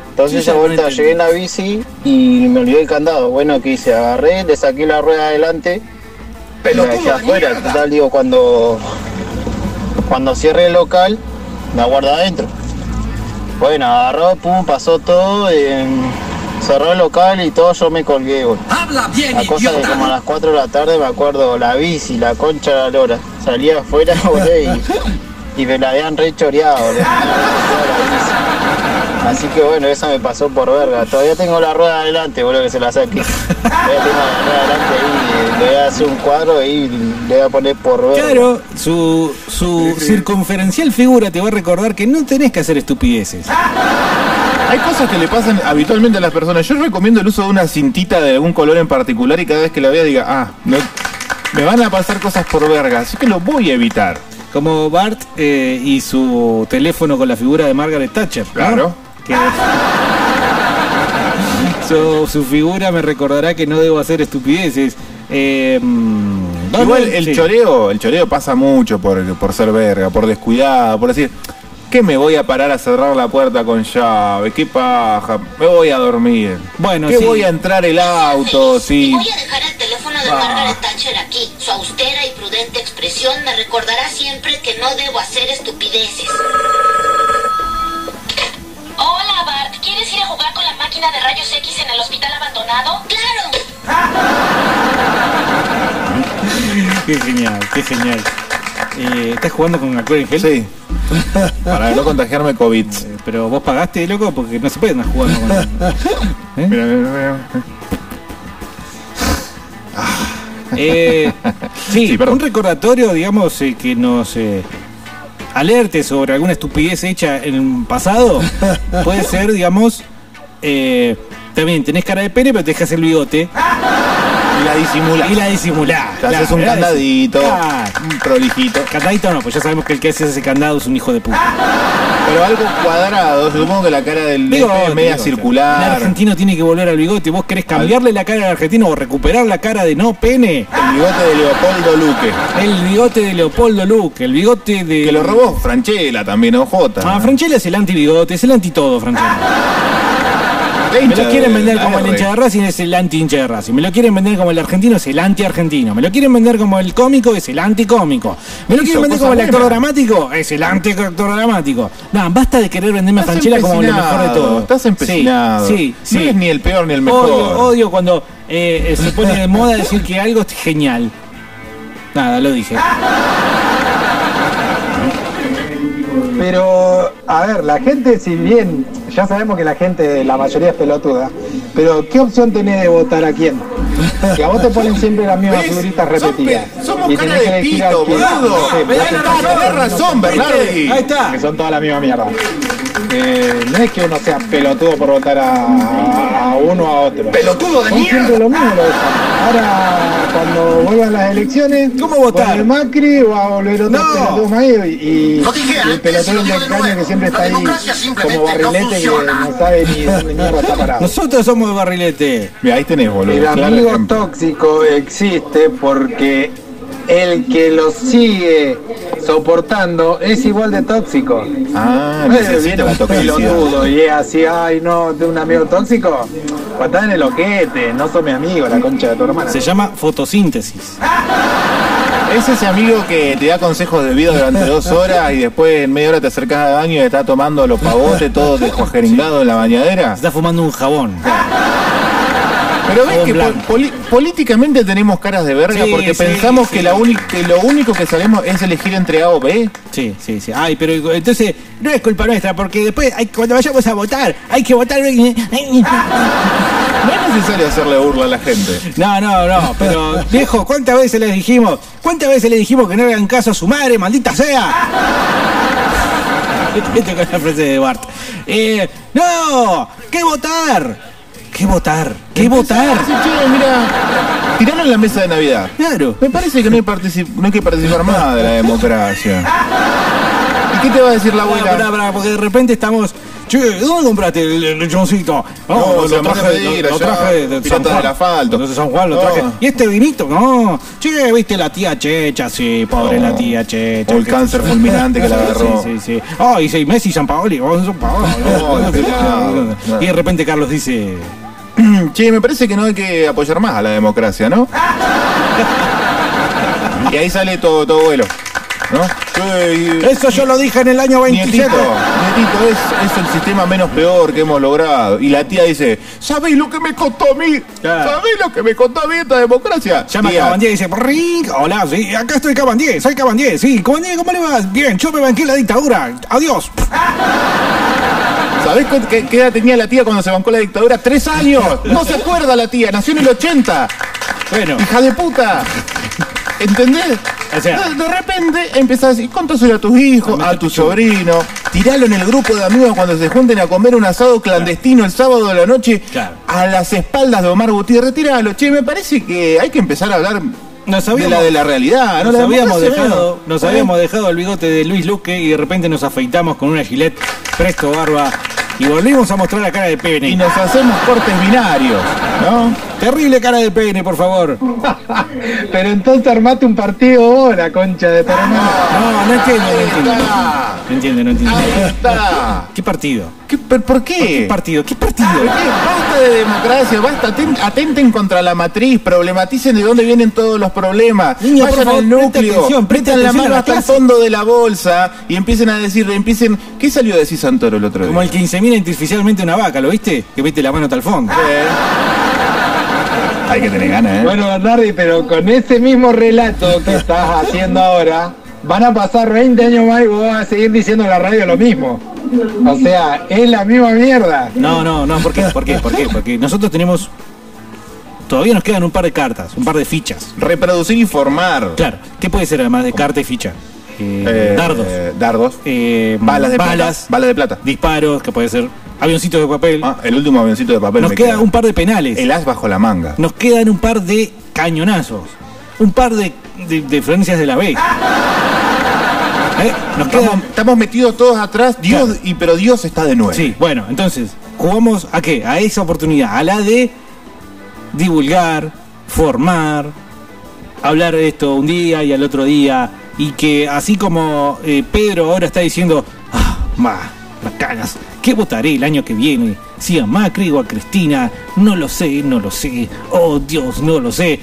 entonces Sí, ya esa vuelta entendí. llegué en la bici y me olvidé el candado, bueno, que hice, agarré, le saqué la rueda adelante, la dejé afuera, total, digo, cuando, cuando cierre el local, la guarda adentro. Bueno, agarró, pum, pasó todo, eh, cerró el local y todo, yo me colgué, güey. Habla bien, La cosa que como a las 4 de la tarde me acuerdo, la bici, la concha de la lora, salía afuera, [LAUGHS] boludo, y, y me la habían re choreado, boludo. Así que bueno, esa me pasó por verga. Todavía tengo la rueda adelante, boludo, que se la saque. Todavía tengo la rueda adelante ahí, le voy a hacer un cuadro y le voy a poner por verga. Claro, su, su circunferencial figura te va a recordar que no tenés que hacer estupideces. Hay cosas que le pasan habitualmente a las personas. Yo recomiendo el uso de una cintita de algún color en particular y cada vez que la vea diga, ah, no- me van a pasar cosas por verga, así que lo voy a evitar. Como Bart eh, y su teléfono con la figura de Margaret Thatcher. ¿no? Claro. Que- [LAUGHS] su, su figura me recordará que no debo hacer estupideces. Eh, mm, Donald, Igual el sí. choreo, el choreo pasa mucho por, por ser verga, por descuidado, por decir, ¿qué me voy a parar a cerrar la puerta con llave? ¿Qué paja? Me voy a dormir. Bueno, ¿Qué sí. voy a entrar el auto? Sí. Voy a dejar el teléfono de Margaret Thatcher aquí. Su austera y prudente expresión me recordará siempre que no debo hacer estupideces. Hola, Bart. ¿Quieres ir a jugar con la máquina de rayos X en el hospital abandonado? ¡Claro! [LAUGHS] Qué genial, qué genial. Eh, ¿Estás jugando con alcohol en gel? Sí. [LAUGHS] Para no contagiarme COVID. Eh, Pero vos pagaste, loco, porque no se puede andar jugando con [LAUGHS] Mira, mira, mira. Ah. Eh, sí, Sí, perdón. un recordatorio, digamos, eh, que nos eh, alerte sobre alguna estupidez hecha en el [LAUGHS] pasado. Puede ser, digamos, eh, también tenés cara de pene, pero te dejas el bigote Y la disimula. y la disimulás. Te haces claro, un la candadito, disimulás. un prolijito. Candadito no, pues ya sabemos que el que hace ese candado es un hijo de puta. Pero algo cuadrado, supongo que la cara del nene es te media digo, El circular. argentino tiene que volver al bigote. ¿Vos querés cambiarle la cara al argentino o recuperar la cara de no pene? El bigote de Leopoldo Luque. El bigote de Leopoldo Luque, el bigote de. Que lo robó Franchella también, OJ. Ah, Franchella es el anti-bigote, es el anti-todo, Franchella. Me lo quieren vender como el hincha de Racing, es el anti-hincha de Racing. Me lo quieren vender como el argentino, es el anti-argentino. Me lo quieren vender como el cómico, es el anti-cómico. Me lo Hizo quieren vender cosas como el actor buenas. dramático, es el anti-actor dramático. No, basta de querer venderme a Franchella como lo mejor de todo. Estás Sí, empecinado. Sí, sí. No es ni el peor ni el mejor. Odio, odio cuando eh, eh, se pone de moda decir que algo es genial. Nada, lo dije. Ah, Pero, a ver, la gente, si bien ya sabemos que la gente, la mayoría es pelotuda, pero ¿qué opción tenés de votar a quién? Que a vos te ponen siempre las mismas ¿Ves? figuritas Son pe- repetidas. Somos y cara tenés que de elegir a pito, quién. boludo. Sí, Me da porque la razón, tenés razón, Bernardi. Ahí está. que son todas la misma mierda. Eh, no es que uno sea pelotudo por votar a, a uno o a otro. Pelotudo de Son siempre mierda. lo mismo. lo dejan. Ahora, cuando vuelvan las elecciones, ¿Cómo votar? ¿Vuelve Macri o a volver otro No. pelotudo más? Y, y- Lo dije y el antes, pelotudo lo digo de americano que nuevo. siempre La está ahí democracia simplemente como no barrilete que funciona. no sabe ni dónde mierda está parado. Nosotros somos de barrilete. Mira, ahí tenés, boludo. El claro amigo ejemplo. tóxico existe porque el que lo sigue soportando es igual de tóxico. Eh, Ah, No es de necesita bien la un toxicidad. pelotudo y es así, ay no, de un amigo tóxico, patá en el oquete, no sos mi amigo, la concha de tu hermana. Se llama fotosíntesis. Es ese amigo que te da consejos de vida [LAUGHS] durante dos horas y después en media hora te acercas al baño y está tomando los pavotes todo descuajeringado en la bañadera. Está fumando un jabón. Pero ves Todo que blanco. po- poli- políticamente tenemos caras de verga Sí, porque sí, pensamos sí. que, la uni- que lo único que sabemos es elegir entre A o B. Sí, sí, sí. Ay, pero entonces no es culpa nuestra, porque después hay- cuando vayamos a votar, hay que votar. eh, No es necesario hacerle burla a la gente. No, no, no, pero [LAUGHS] viejo, ¿cuántas veces les dijimos? ¿Cuántas veces les dijimos que no hagan caso a su madre, maldita Este, sea? [LAUGHS] Esto con la frase de Bart. Eh, no, ¿qué votar? ¿Qué votar? ¿Qué votar? mira, tiraron la mesa de Navidad. Claro. Me parece que no hay, partici- no hay que participar más de la democracia. ¿Y qué te va a decir la abuela? No, pará, pará, porque de repente estamos. Che, ¿dónde compraste el, el lechoncito? No, se me hace de- ir lo, allá, traje de San Piratas Juan. del asfalto. De San Juan lo No. traje. ¿Y este vinito? No. Che, viste la tía Checha, sí, pobre la tía Checha. O el que- cáncer fulminante que la agarró. [LAUGHS] Sí, sí, sí. Ah, y sí, Messi y San Paoli. vos sos San Paoli. No, no, no, no. Y de repente Carlos dice. [CLEARS THROAT] Che, me parece que no hay que apoyar más a la democracia, ¿no? [LAUGHS] y ahí sale todo, todo vuelo. ¿No? Che, y- Eso yo lo dije en el año 27. Nietito, nietito, es, es el sistema menos peor que hemos logrado. Y la tía dice, ¿sabéis lo que me costó a mí? Claro. ¿Sabéis lo que me costó a mí esta democracia? Llama a Tía, Cabandier y dice, "Ring, hola, sí, acá estoy Cabandier, soy Cabandier, sí, Cabandier, ¿cómo le vas? Bien, yo me banqué la dictadura, adiós. ¿Sabés cu- qué, qué edad tenía la tía cuando se bancó la dictadura? ¡Tres años! ¡No se acuerda la tía! ¡Nació en el 80! Bueno, ¡Hija de puta! ¿Entendés? O sea- de, de repente empezás a decir, contáselo a tus hijos, a tu sobrino, tiralo en el grupo de amigos cuando se junten a comer un asado clandestino el sábado de la noche Claro. a las espaldas de Omar Gutiérrez, tiralo. Che, me parece que hay que empezar a hablar nos de habíamos, la de la realidad. ¿no? nos La habíamos democracia, dejado, ¿no? nos ¿Eh? habíamos dejado el bigote de Luis Luque y de repente nos afeitamos con una gilet presto barba y volvimos a mostrar la cara de pene. Y nos hacemos cortes binarios, ¿no? Terrible cara de pene, por [LAUGHS] favor. Pero entonces armate un partido vos, la concha de tu hermana. No, no entiendo, no entiendo. está. No entiendo, no entiendo. Ahí está. ¿Qué partido? ¿Qué- per- ¿Por ¿Qué qué? partido? ¿Qué ¿Por partido? qué? Basta de democracia, basta, aten- atenten contra la matriz, problematicen de dónde vienen todos los problemas, Niño, por vayan favor, al preste núcleo, atención, preste metan atención la a mano la hasta el clase. fondo de la bolsa y empiecen a decir, empiecen, ¿qué salió de Santoro el otro día? Como el 15.000 artificialmente una vaca, ¿lo viste? Que mete la mano hasta el fondo. Eh. Hay que tener ganas, ¿eh? Bueno, Bernardi, pero con ese mismo relato que estás haciendo ahora, van a pasar 20 años más y vos vas a seguir diciendo en la radio lo mismo. O sea, es la misma mierda. No, no, no, ¿por qué? ¿Por qué? ¿Por qué? Porque nosotros tenemos. Todavía nos quedan un par de cartas, un par de fichas. Reproducir y formar. Claro, ¿qué puede ser además de carta y ficha? Eh, Eh, dardos. eh, dardos. eh, Balas de balas, plata. Balas de plata. disparos, que puede ser avioncitos de papel. Ah, el último avioncito de papel. nos me queda un par de penales. El as bajo la manga. Nos quedan un par de cañonazos. Un par de, de, de Florencias de la B. Eh, Nos quedan. Estamos, estamos metidos todos atrás, Dios, Claro. y pero Dios está de nuevo. Sí, bueno, entonces, jugamos a qué? A esa oportunidad, a la de divulgar, formar, hablar de esto un día y al otro día, y que así como eh, Pedro ahora está diciendo, ah, ma, las cagas, ¿qué votaré el año que viene? Si a Macri o a Cristina, no lo sé, no lo sé, oh Dios, no lo sé.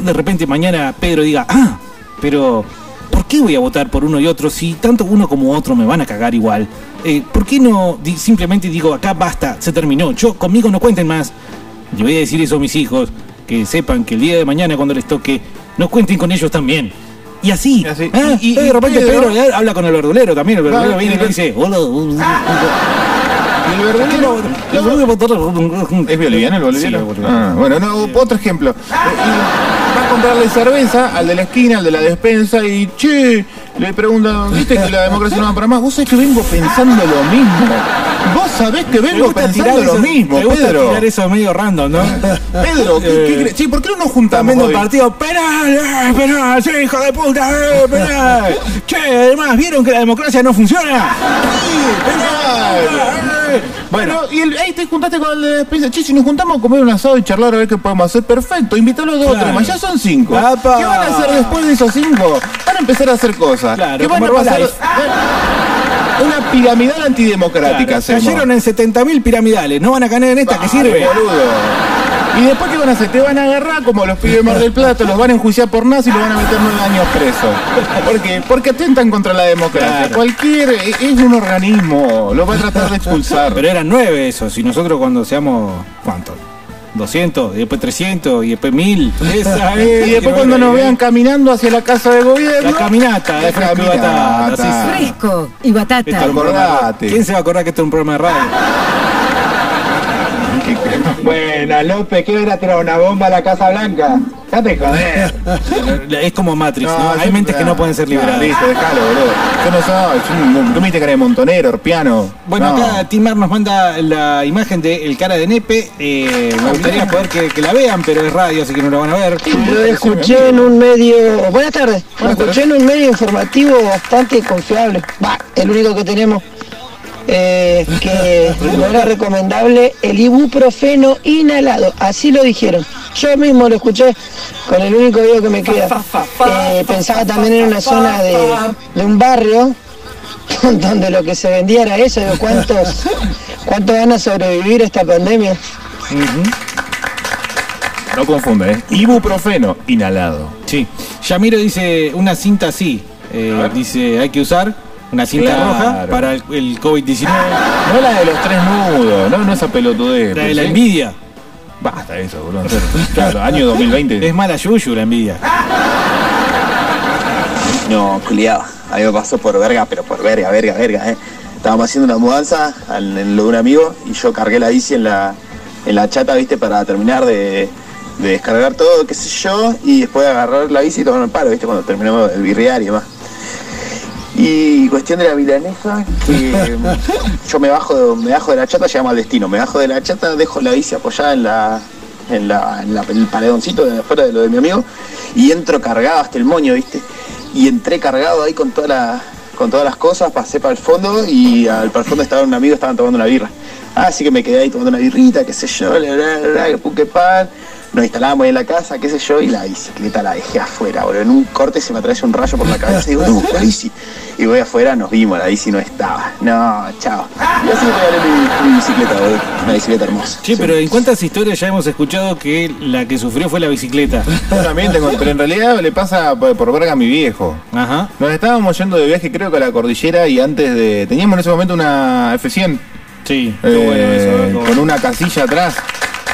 De repente mañana Pedro diga, ah, pero ¿por qué voy a votar por uno y otro si tanto uno como otro me van a cagar igual? Eh, ¿Por qué no di- simplemente digo, acá basta, se terminó, yo conmigo no cuenten más? Le voy a decir eso a mis hijos, que sepan que el día de mañana cuando les toque, no cuenten con ellos también. Y así, Y así. ¿eh? Y- y- de repente y Pedro- Pedro, eh, habla con el verdulero también, el verdulero Claro, viene y y "Ah, le el- dice, hola, Y el verdulero- ¿Es boliviano el boliviano? Sí, es boliviano. Ah, bueno, no, otro ejemplo. Eh, y va a comprarle cerveza al de la esquina, al de la despensa, y che, le pregunta, ¿viste que la democracia no va para más? Vos sabés que vengo pensando lo mismo. Vos sabés que Me vengo gusta tirar pensando lo eso- mismo, me gusta Pedro. tirar eso medio random, ¿no? [LAUGHS] Pedro, ¿qué, qué Eh, cre- Sí, ¿por qué no nos juntamos También del hoy? partido, penal, eh, penal, sí, hijo de puta, eh, [LAUGHS] penal. Che, además, ¿vieron que la democracia no funciona? Sí, penal. Bueno, y el- ahí te juntaste con el de la despensa. Che, si nos juntamos a comer un asado y charlar a ver qué podemos hacer, perfecto. Invítalos dos Claro. o tres más, ya son cinco. ¡Apa! ¿Qué van a hacer después de esos cinco? Van a empezar a hacer cosas. Claro, ¿Qué van a como pasar? Herbalife. Van- Una piramidal antidemocrática Claro, hacemos. cayeron en 70.000 piramidales, no van a caer en esta que Ah, sirve. boludo. Y después qué van a hacer, te van a agarrar como los pibes de Mar del Plata, los van a enjuiciar por nazi y los van a meter nueve años presos. ¿Por qué? Porque atentan contra la democracia. Claro. Cualquier, es es un organismo, lo va a tratar de expulsar. Pero eran nueve esos, y nosotros cuando seamos, ¿cuánto? 200, y después 300, y después [LAUGHS] 1000. Esa es. Y después cuando nos vean caminando hacia la casa de gobierno. La caminata, de La Fresco y caminata. Batata, sí, sí. Fresco y Esto es batata. un programa- ¿Quién se va a acordar que esto es un programa de [LAUGHS] radio? Buena, López, ¿qué era tirar una bomba a la Casa Blanca? Ya te joder. Es como Matrix, No, ¿no? Hay yo- mentes que no pueden ser Claro, liberadas. Listo, dejalo, boludo. Yo no soy, yo no- tú me diste cara de montonero, orpiano. Bueno, No. acá Timar nos manda la imagen de El Cara de Nepe. Eh, Ah, me gustaría poder que, que la vean, pero es radio, así que no la van a ver. Lo escuché en un medio, buenas tardes, lo escuché en un medio informativo bastante confiable, bah, el único que tenemos, eh, [LAUGHS] que no era recomendable el ibuprofeno inhalado, así lo dijeron. Yo mismo lo escuché con el único video que me queda. Eh, pensaba también en una zona de, de un barrio [LAUGHS] donde lo que se vendía era eso, digo, [LAUGHS] ¿cuántos, cuántos van a sobrevivir a esta pandemia? No confunde, ¿eh? Ibuprofeno inhalado. Sí. Yamiro dice una cinta así. Eh, dice, hay que usar una cinta Claro. roja para el, el COVID-19. No la de los tres nudos, no, no esa pelotudez. La de ¿sí? la envidia. Basta eso, boludo. Claro, año 2020. Es mala yuyu [LAUGHS] la envidia. No, culiado. A mí me pasó por verga, pero por verga, verga, verga, eh. Estábamos haciendo una mudanza al- en lo de un amigo y yo cargué la bici en la, en la chata, viste, para terminar de, de descargar todo, qué sé yo, y después agarrar la bici y tomar el paro, viste, cuando terminamos el birrear y demás. Y cuestión de la milanesa, que yo me bajo, de, me bajo de la chata, llegamos al destino. Me bajo de la chata, dejo la bici apoyada en la, en la, en la- en el paredoncito de afuera de lo de mi amigo y entro cargado hasta el moño, viste. Y entré cargado ahí con toda la, con todas las cosas, pasé para el fondo y al para el fondo estaba un amigo, estaban tomando una birra. Ah, Así que me quedé ahí tomando una birrita, qué sé yo, bla, bla, bla, bla, que pum, que pan. Nos instalamos ahí en la casa, qué sé yo, y la bicicleta la dejé afuera, boludo. En un corte se me atraviesa un rayo por la cabeza y digo, no, la bici. Y voy afuera, nos vimos, la bici no estaba. No, chao. Y así me regalé mi, mi bicicleta, boludo. Una bicicleta hermosa. Che, pero ¿en cuántas historias ya hemos escuchado que la que sufrió fue la bicicleta? Yo también tengo, pero en realidad le pasa por, por verga a mi viejo. Ajá. Nos estábamos yendo de viaje creo que a la cordillera y antes de... Teníamos en ese momento una F100. Sí, qué bueno eso. Con una casilla atrás.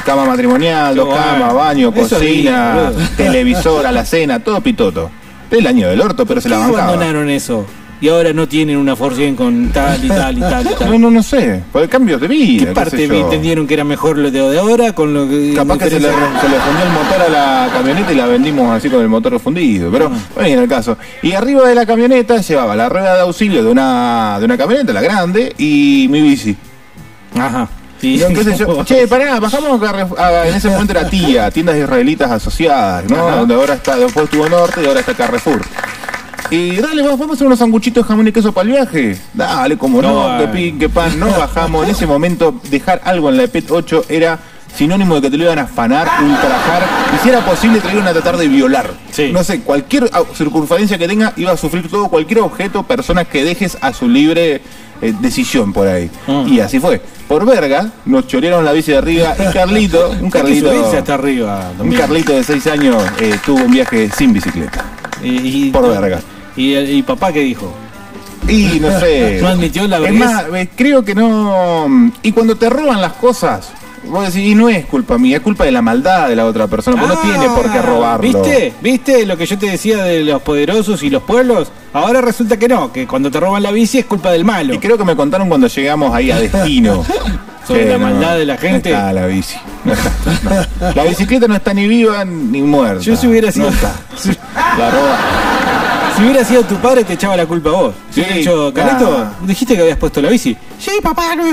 Cama matrimonial, dos camas, baño, Eso cocina, vi, boludo. televisora, la cena, todo pitoto. Del año del orto, pero se la ¿Por qué bancaba. abandonaron eso? Y ahora no tienen una Ford 100 con tal y [LAUGHS] tal y tal y tal. No, no, no sé. Por el cambio de vida. ¿Qué qué parte sé yo. vi- entendieron que era mejor lo de ahora con lo que... Capaz que se le, se le fundió el motor a la camioneta y la vendimos así con el motor fundido. Ah. Pero bueno, en el caso. Y arriba de la camioneta llevaba la rueda de auxilio de una, de una camioneta, la grande, y mi bici. Ajá. Y yo, qué sé [LAUGHS] yo, che, pará, bajamos a Carref- a- Ah, en ese momento era tía, tiendas israelitas asociadas, ¿no? Ajá. Donde ahora está, después estuvo Norte y ahora está Carrefour. Y dale, vamos, vamos a hacer unos sanguchitos de jamón y queso para el viaje. Dale, como no, No, que eh. pin, que pan, no bajamos. En ese momento, dejar algo en la EPET 8 era sinónimo de que te lo iban a afanar, ultrajar, y si era posible te lo iban a tratar de violar. No sé, cualquier au- circunferencia que tenga iba a sufrir todo, cualquier objeto, persona que dejes a su libre eh, decisión por ahí. Y así fue. Por verga, nos chorearon la bici de arriba [LAUGHS] y Carlito, un Carlito, subirse hasta arriba. un también. Carlito de 6 años eh, tuvo un viaje sin bicicleta. Y- y- Por verga. ¿Y, el- y papá qué dijo? Y no sé. [LAUGHS] No admitió la Es vergüenza. más, eh, creo que no. mm, Y cuando te roban las cosas, vos decís, y no es culpa mía, es culpa de la maldad de la otra persona, porque no tiene por qué robarlo. Ah, ¿Viste? ¿Viste lo que yo te decía de los poderosos y los pueblos? Ahora resulta que no, que cuando te roban la bici es culpa del malo. Y creo que me contaron cuando llegamos ahí a destino. [LAUGHS] Sobre Que la no, maldad de la no gente. está la bici. No está, no. La bicicleta no está ni viva ni muerta. Yo si hubiera sido- [LAUGHS] No está. La roba. Si hubiera sido tu padre te echaba la culpa a vos. Si Sí, hubiera dicho, Carlito, ah. dijiste que habías puesto la bici. Sí, papá, no.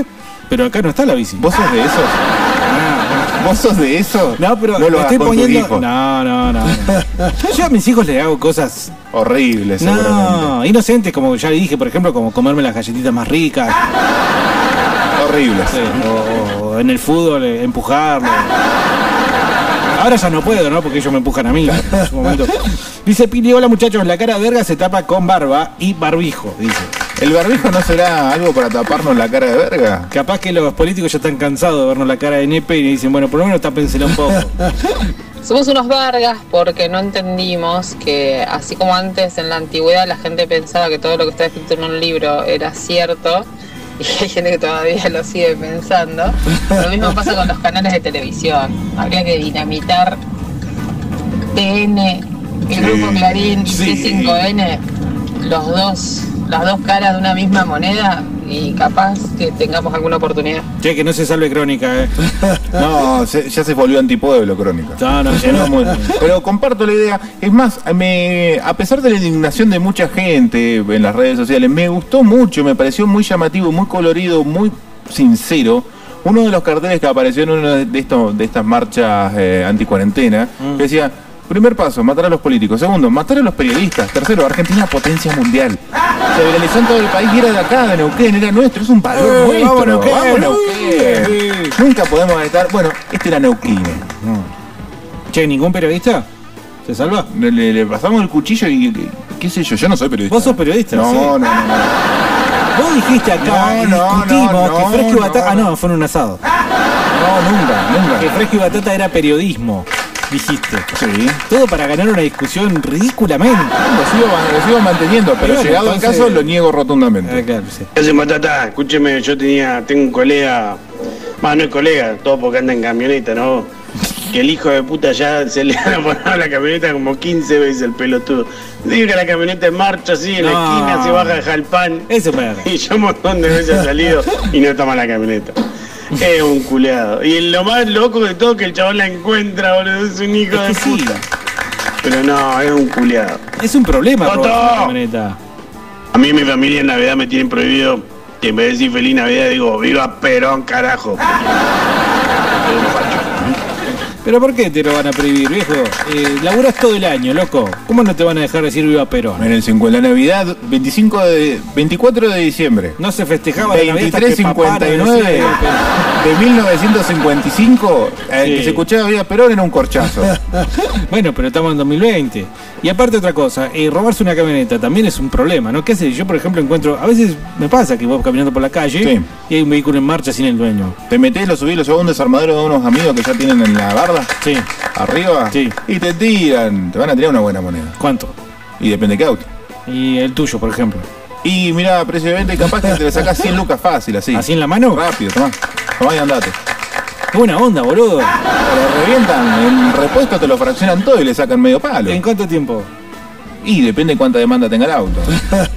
Pero acá no está la bici. ¿Vos sos de esos? ¿Vos sos de esos? No, pero No lo me hagas estoy con tu poniendo. hijo. No, no, no. [LAUGHS] Yo a mis hijos les hago cosas Horrible, seguramente. No, inocentes, como ya le dije, por ejemplo, como comerme las galletitas más ricas. Horribles. o, o en el fútbol, eh, empujarlo. Ahora ya no puedo, ¿no? Porque ellos me empujan a mí. En su momento. Dice Pili, hola muchachos, la cara de verga se tapa con barba y barbijo, dice. ¿El barbijo no será algo para taparnos la cara de verga? Capaz que los políticos ya están cansados de vernos la cara de nepe y le dicen, bueno, por lo menos tápensela un poco. Somos unos vargas porque no entendimos que así como antes en la antigüedad la gente pensaba que todo lo que estaba escrito en un libro era cierto, y hay gente que todavía lo sigue pensando. Lo mismo pasa con los canales de televisión. Habría que dinamitar TN, el grupo Sí, Clarín y sí. C5N, los dos, las dos caras de una misma moneda y capaz que tengamos alguna oportunidad. Che, que no se salve Crónica, eh. [LAUGHS] No, se- ya se volvió antipueblo Crónica. No, no, Ya no, muy- Pero comparto la idea. Es más, me, a pesar de la indignación de mucha gente en las redes sociales, me gustó mucho, me pareció muy llamativo, muy colorido, muy sincero. Uno de los carteles que apareció en una de, estos, de estas marchas eh, anticuarentena, que decía, primer paso, matar a los políticos. Segundo, matar a los periodistas. Tercero, Argentina es potencia mundial. Se viralizó en todo el país y era de acá, de Neuquén, era nuestro, es un valor Eh, nuestro. vamos, Neuquén, vamos, Neuquén. Nunca podemos estar. Bueno, este era Neuquén. Che, ¿ningún periodista? ¿Se salva? Le, le- le pasamos el cuchillo y. y- ¿Qué sé yo? Yo no soy periodista. Vos sos periodista, No, sí. no, no. Vos dijiste acá, y discutimos que Fresco y Batata. Ah, no, fue en un asado. No, nunca, nunca. [LAUGHS] Que Fresco y Batata era periodismo, dijiste. Sí. Todo para ganar una discusión ridículamente. Lo sigo, lo sigo manteniendo, pero Bueno, llegado entonces- Ah, el caso lo niego rotundamente. ¿Qué hacen, patata? Escúcheme, yo tenía, tengo un colega, más no es colega, todo porque anda en camioneta, ¿no? Que el hijo de puta ya se le [LAUGHS] ha ponado a la camioneta como 15 veces el pelotudo. Digo que la camioneta en marcha, así, en la No. esquina, se baja, deja el pan. Eso perro. [LAUGHS] Y yo un montón de veces he salido y no toma la camioneta. [LAUGHS] Es un culeado. Y lo más loco de todo que el chabón la encuentra, boludo, es un hijo de puta. Pero no, es un culeado. Es un problema, ¡Toto! robarse una camioneta. A mí mi familia en Navidad me tienen prohibido que en vez de decir feliz Navidad digo viva Perón, carajo. ¿Pero por qué te lo van a prohibir, viejo? Eh, laburás todo el año, loco. ¿Cómo no te van a dejar decir viva Perón? En el 5 de la Navidad, 25 de, 24 de diciembre. No se festejaba la Navidad hasta que papá no 2359 decía viva de 1955, el Sí. eh, que se escuchaba Vida Perón era un corchazo. [LAUGHS] bueno, pero estamos en 2020. Y aparte otra cosa, eh, robarse una camioneta también es un problema, ¿no? ¿Qué sé? Yo, por ejemplo, encuentro... A veces me pasa que voy caminando por la calle y hay un vehículo en marcha sin el dueño. Te metés, lo subís, lo llevas a un desarmadero de unos amigos que ya tienen en la barda. Sí. Arriba. Sí. Y te tiran. Te van a tirar una buena moneda. ¿Cuánto? Y depende de qué auto. Y el tuyo, por ejemplo. Y mirá, precio de venta y capaz que te le sacás 100 lucas fácil, así. ¿Así en la mano? Rápido, tomá. Tomá y andate. Qué buena onda, boludo. Lo revientan, en repuesto te lo fraccionan todo y le sacan medio palo. ¿En cuánto tiempo? Y depende cuánta demanda tenga el [LAUGHS] auto.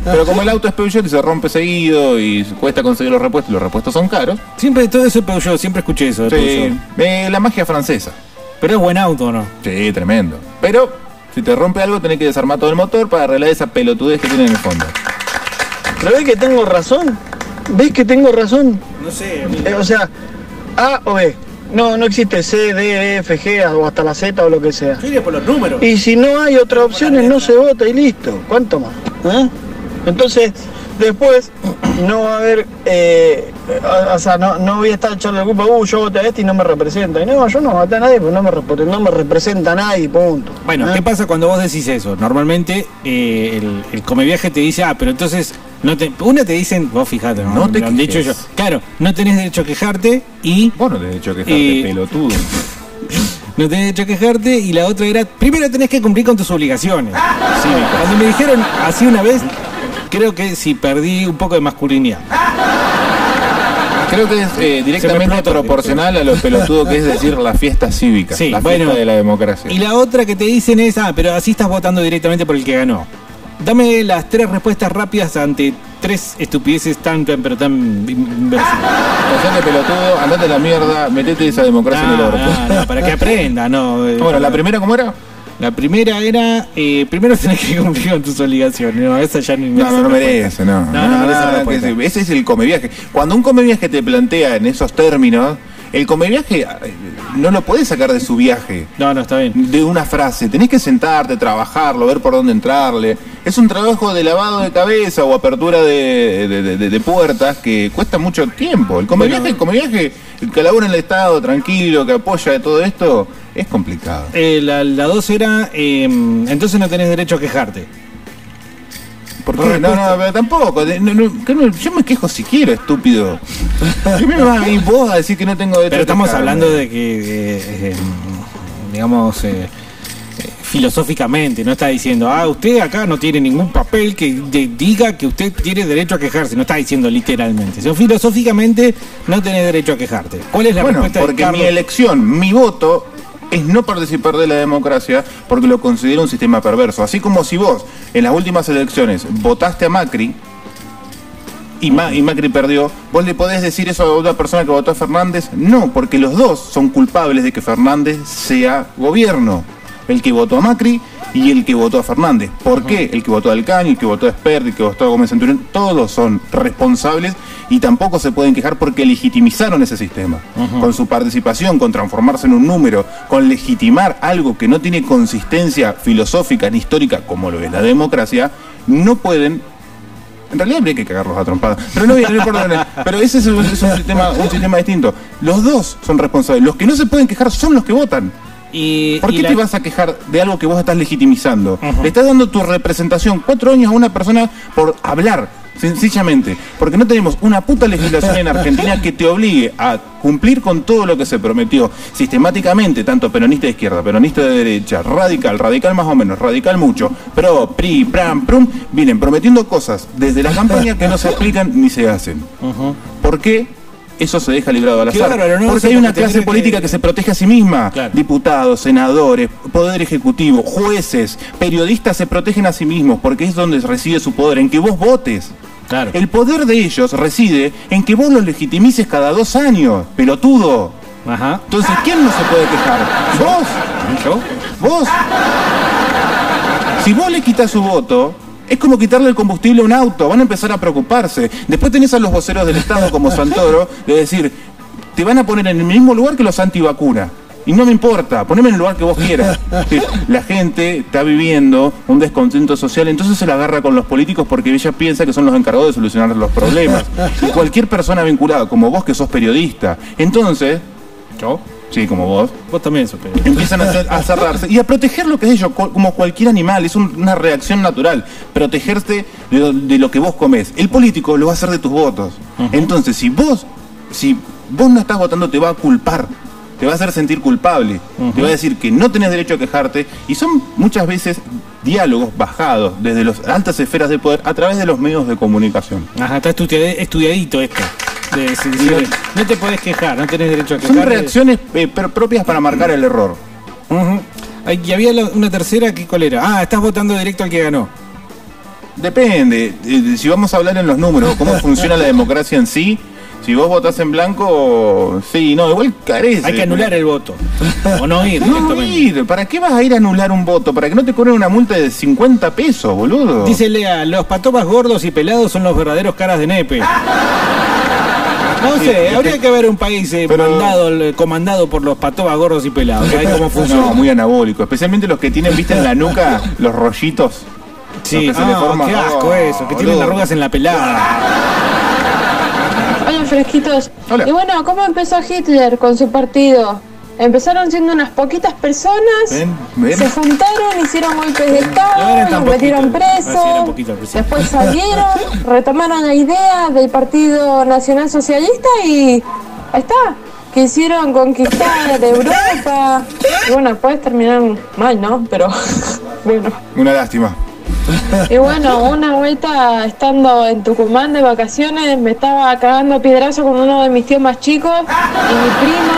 Pero como el auto es Peugeot y se rompe seguido y cuesta conseguir los repuestos, y los repuestos son caros. Siempre todo eso es Peugeot, siempre escuché eso de Sí, Peugeot. eh, la magia francesa. Pero es buen auto, ¿o ¿no? Sí, tremendo. Pero si te rompe algo tenés que desarmar todo el motor para arreglar esa pelotudez que tiene en el fondo. ¿Pero ves que tengo razón? ¿Ves que tengo razón? No sé, Eh, o sea, A o B. No, no existe C, D, E, F, G o hasta la Z o lo que sea. por los números. Y si no hay otras opciones, no se vota y listo. ¿Cuánto más? ¿Eh? Entonces, después no va a haber, eh, o, o sea, no, no voy a estar echando la culpa, uh, yo voté a este y no me representa. Y no, yo no voté a nadie porque no me, repre- no me representa a nadie, punto. Bueno, Ah. ¿qué pasa cuando vos decís eso? Normalmente eh, el, el comeviaje te dice, ah, pero entonces, no te, una te dicen, vos fijate, no, No te Me lo han quejes. dicho yo. Claro, no tenés derecho a quejarte y... Vos no tenés derecho a Y- quejarte, pelotudo. [LAUGHS] No tenés derecho a quejarte y la otra era, primero tenés que cumplir con tus obligaciones. Ah. Cuando me dijeron así una vez, creo que sí perdí un poco de masculinidad. Creo que es eh, directamente proporcional a lo pelotudo que es decir la fiesta cívica, Sí, la bueno. fiesta de la democracia. Y la otra que te dicen es, ah, pero así estás votando directamente por el que ganó. Dame las tres respuestas rápidas ante tres estupideces tan, tan, pero tan inverosímiles. Hacete pelotudo, andate a la mierda, metete esa democracia en el orto. No, no, para que aprenda, no. eh, Bueno, ¿la no. primera cómo era? La primera era, eh, primero tenés que cumplir con tus obligaciones. No, esa ya ni No, no, no merece, no. No, no merece no, respuesta. que se- ese es el comeviaje. Cuando un comeviaje te plantea en esos términos, el comeviaje eh, no lo podés sacar de su viaje. No, no, está bien. De una frase. Tenés que sentarte, trabajarlo, ver por dónde entrarle. Es un trabajo de lavado de cabeza o apertura de, de- de- de- de puertas que cuesta mucho tiempo. El comeviaje, el comeviaje, el que labura en el Estado, tranquilo, que apoya de todo esto, es complicado. Eh, la, la dos era, eh, entonces no tenés derecho a quejarte. ¿Por qué? No, no, pero tampoco. de- no, no, que no- yo me quejo si quiero, estúpido. ¿Qué me vas a venir vos a decir que no tengo derecho Pero a estamos quejarme? hablando de que, eh, eh, digamos, eh, eh, filosóficamente, no está diciendo, ah, usted acá no tiene ningún papel que de- diga que usted tiene derecho a quejarse, no está diciendo literalmente, sino filosóficamente no tenés derecho a quejarte. ¿Cuál es la bueno, respuesta de porque Carlos? mi elección, mi voto es no participar de la democracia porque lo considero un sistema perverso. Así como si vos en las últimas elecciones votaste a Macri y, Ma- y Macri perdió, vos le podés decir eso a otra persona que votó a Fernández. No, porque los dos son culpables de que Fernández sea gobierno. El que votó a Macri y el que votó a Fernández. ¿Por qué? El que votó a Alcani, el que votó a Esper, el que votó a Gómez Centurión, todos son responsables y tampoco se pueden quejar porque legitimizaron ese sistema. Con su participación, con transformarse en un número, con legitimar algo que no tiene consistencia filosófica ni histórica como lo es la democracia, no pueden en realidad habría que cagarlos a trompadas. Pero no, voy a- no importa, no, no. Pero ese es, un, es un sistema, un sistema distinto. Los dos son responsables. Los que no se pueden quejar son los que votan. ¿Por y qué la- te vas a quejar de algo que vos estás legitimizando? Le estás dando tu representación cuatro años a una persona por hablar, sencillamente. Porque no tenemos una puta legislación en Argentina que te obligue a cumplir con todo lo que se prometió sistemáticamente, tanto peronista de izquierda, peronista de derecha, radical, radical más o menos, radical mucho, pro, pri, pram, prum, vienen prometiendo cosas desde la campaña que no se explican ni se hacen. ¿Por qué? Eso se deja librado al Qué azar. bárbaro, ¿no? Porque Eso hay una porque clase tendría política que... se protege a sí misma. Diputados, senadores, poder ejecutivo, jueces, periodistas se protegen a sí mismos porque es donde reside su poder, en que vos votes. El poder de ellos reside en que vos los legitimices cada dos años, pelotudo. Entonces, ¿quién no se puede quejar? ¿Vos? ¿Vos? Si vos le quitas su voto, es como quitarle el combustible a un auto, van a empezar a preocuparse. Después tenés a los voceros del Estado como Santoro de decir, te van a poner en el mismo lugar que los antivacuna. Y no me importa, poneme en el lugar que vos quieras. Sí, La gente está viviendo un descontento social, entonces se la agarra con los políticos porque ella piensa que son los encargados de solucionar los problemas. Y cualquier persona vinculada, como vos que sos periodista, entonces ¿Yo? Sí, como vos. Vos también sos Empiezan a, cer- a cerrarse y a proteger lo que es ellos, co- como cualquier animal. Es un- una reacción natural. Protegerte de, lo- de lo que vos comés. El político lo va a hacer de tus votos. Entonces, si vos, si vos no estás votando, te va a culpar. Te va a hacer sentir culpable. Te va a decir que no tenés derecho a quejarte. Y son muchas veces diálogos bajados desde las altas esferas de poder a través de los medios de comunicación. Ajá, está estudia- estudiadito esto. De decir, no te podés quejar, no tenés derecho a quejar. Son reacciones eh, per- propias para marcar el error. Y había la- una tercera, que ¿cuál era? Ah, estás votando directo al que ganó. Depende, eh, si vamos a hablar en los números, [LAUGHS] cómo funciona la democracia en sí, si vos votás en blanco, sí, no, igual carece. Hay que anular el voto. O no ir [LAUGHS] No ir, ¿para qué vas a ir a anular un voto? ¿Para que no te cobren una multa de 50 pesos, boludo? Dice Lea, los patopas gordos y pelados son los verdaderos caras de [LAUGHS] nepe. No Este, sé, habría que ver un país eh, mandado, eh, comandado por los patopas gordos y pelados. Hay cómo funciona. No, muy anabólico, especialmente los que tienen, viste, en la nuca los rollitos. Sí, los que se ah, le forman. qué asco Oh, eso, que tienen boludo. arrugas en la [LAUGHS] pelada. Hola, fresquitos. Y bueno, ¿cómo empezó Hitler con su partido? Empezaron siendo unas poquitas personas, Ven, ven. se juntaron, hicieron golpes de Ahora Estado, los están metieron poquitos. Ah, sí, eran presos, poquitos al principio. después [LAUGHS] salieron, [LAUGHS] retomaron la idea del Partido Nacional Socialista y ahí está. Quisieron conquistar Europa. Y bueno, puedes terminar mal, ¿no? Pero [LAUGHS] bueno. Una lástima. Y bueno, una vuelta estando en Tucumán de vacaciones, me estaba cagando a piedrazo con uno de mis tíos más chicos y mi prima,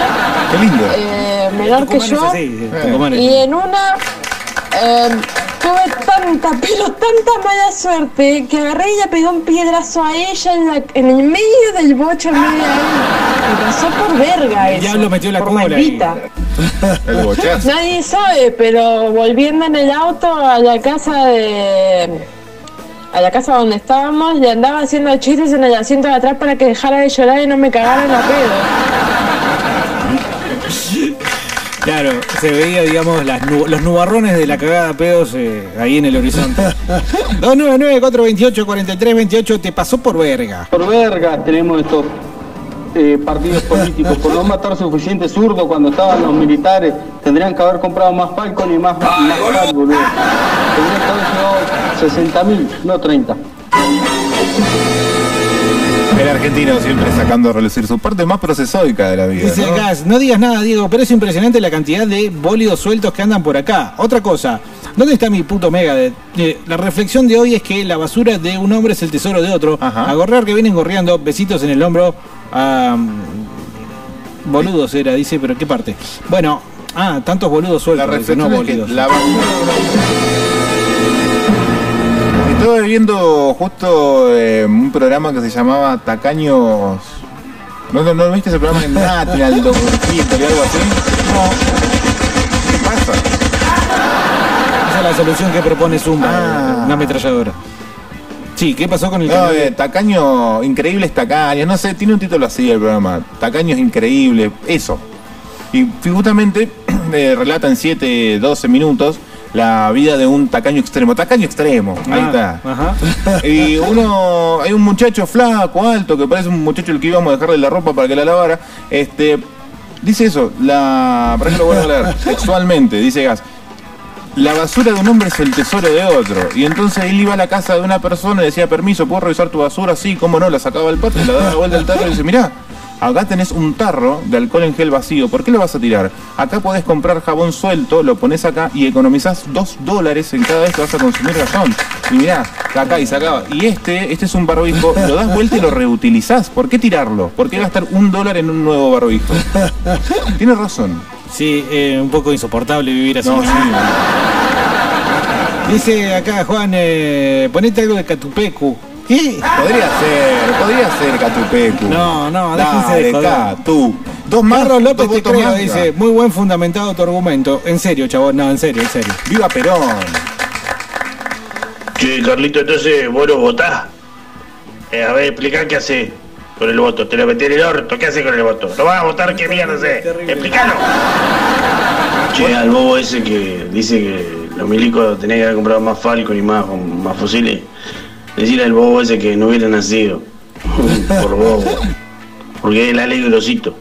Qué lindo. eh, menor que yo. Eh, Tucumán Y en una eh, tuve tanta, pero tanta mala suerte que agarré y le pegué un piedrazo a ella en, la- en el medio del bocho, en medio de ahí. Me pasó por verga El eso. diablo metió la por cola ahí. maldita. El bochazo. Nadie sabe, pero volviendo en el auto a la casa de. a la casa donde estábamos, le andaba haciendo chistes en el asiento de atrás para que dejara de llorar y no me cagaran a pedo. Claro, se veía, digamos, las nu- los nubarrones de la cagada pedos eh, ahí en el [LAUGHS] horizonte. 299-428-4328 te pasó por verga. Por verga tenemos estos eh, partidos políticos. Por no matar suficiente zurdo cuando estaban los militares, tendrían que haber comprado más Falcon y más, más Cal, boludo. Tendrían que haber llevado 60 mil, no 30. El argentino siempre sacando a relucir su parte más procesoica de la vida. Dice ¿no? Gas, no digas nada, Diego, pero es impresionante la cantidad de bólidos sueltos que andan por acá. Otra cosa, ¿dónde está mi puto mega? de- de- la reflexión de hoy es que la basura de un hombre es el tesoro de otro. A gorrear que vienen gorreando, besitos en el hombro. a, mm, boludos era, dice, pero ¿qué parte? Bueno, ah, tantos boludos sueltos. La dice, no reflexión es que boludos. la Estaba viendo justo eh, un programa que se llamaba Tacaños. ¿No, no, no viste ese programa en National Documentary o algo así? No. ¿Qué pasa? Esa es la solución que propone Zumba, Ah. una ametralladora. Sí, ¿qué pasó con el no, canal de- eh, Tacaño, increíbles tacaños, no sé, tiene un título así el programa, Tacaños increíbles, eso. Y justamente [CLEARS THROAT] eh, relata en 7, 12 minutos la vida de un tacaño extremo, tacaño extremo, ahí está. Ajá. Y uno, hay un muchacho flaco, alto, que parece un muchacho el que íbamos a dejarle la ropa para que la lavara. Este, dice eso, la, para que lo vuelva a leer, sexualmente, dice Gas. La basura de un hombre es el tesoro de otro. Y entonces él iba a la casa de una persona y decía, permiso, ¿puedo revisar tu basura? Sí, cómo no, la sacaba del patio, la daba la vuelta al tarro y dice, mirá, acá tenés un tarro de alcohol en gel vacío, ¿por qué lo vas a tirar? Acá podés comprar jabón suelto, lo pones acá y economizás dos dólares en cada vez que vas a consumir gasón. Y mirá, acá y sacaba. Y este, este es un barbijo, lo das vuelta y lo reutilizás. ¿Por qué tirarlo? ¿Por qué gastar un dólar en un nuevo barbijo? Tiene razón. Sí, eh, un poco insoportable vivir así. No, sí. Dice acá Juan, eh, ponete algo de Catupecu. ¿Qué? Podría ser, podría ser Catupecu. No, no, déjense Dale, de joder. Catu. Dos más, Carlos López dos te votos creo, más. dice, muy buen fundamentado tu argumento. En serio, chabón, no, en serio, en serio. ¡Viva Perón! Che, Carlito, entonces vos no votás. Eh, a ver, explica qué hace con el voto. Te lo metí en el orto, ¿qué hace con el voto? ¿Lo vas a votar? ¿Qué mierda hace? Explícalo. Che, al bobo ese que dice que los milicos tenían que haber comprado más Falcon y más, más fusiles. Decirle al bobo ese que no hubiera [LAUGHS] nacido. Por bobo. Porque él es alegre y grosito.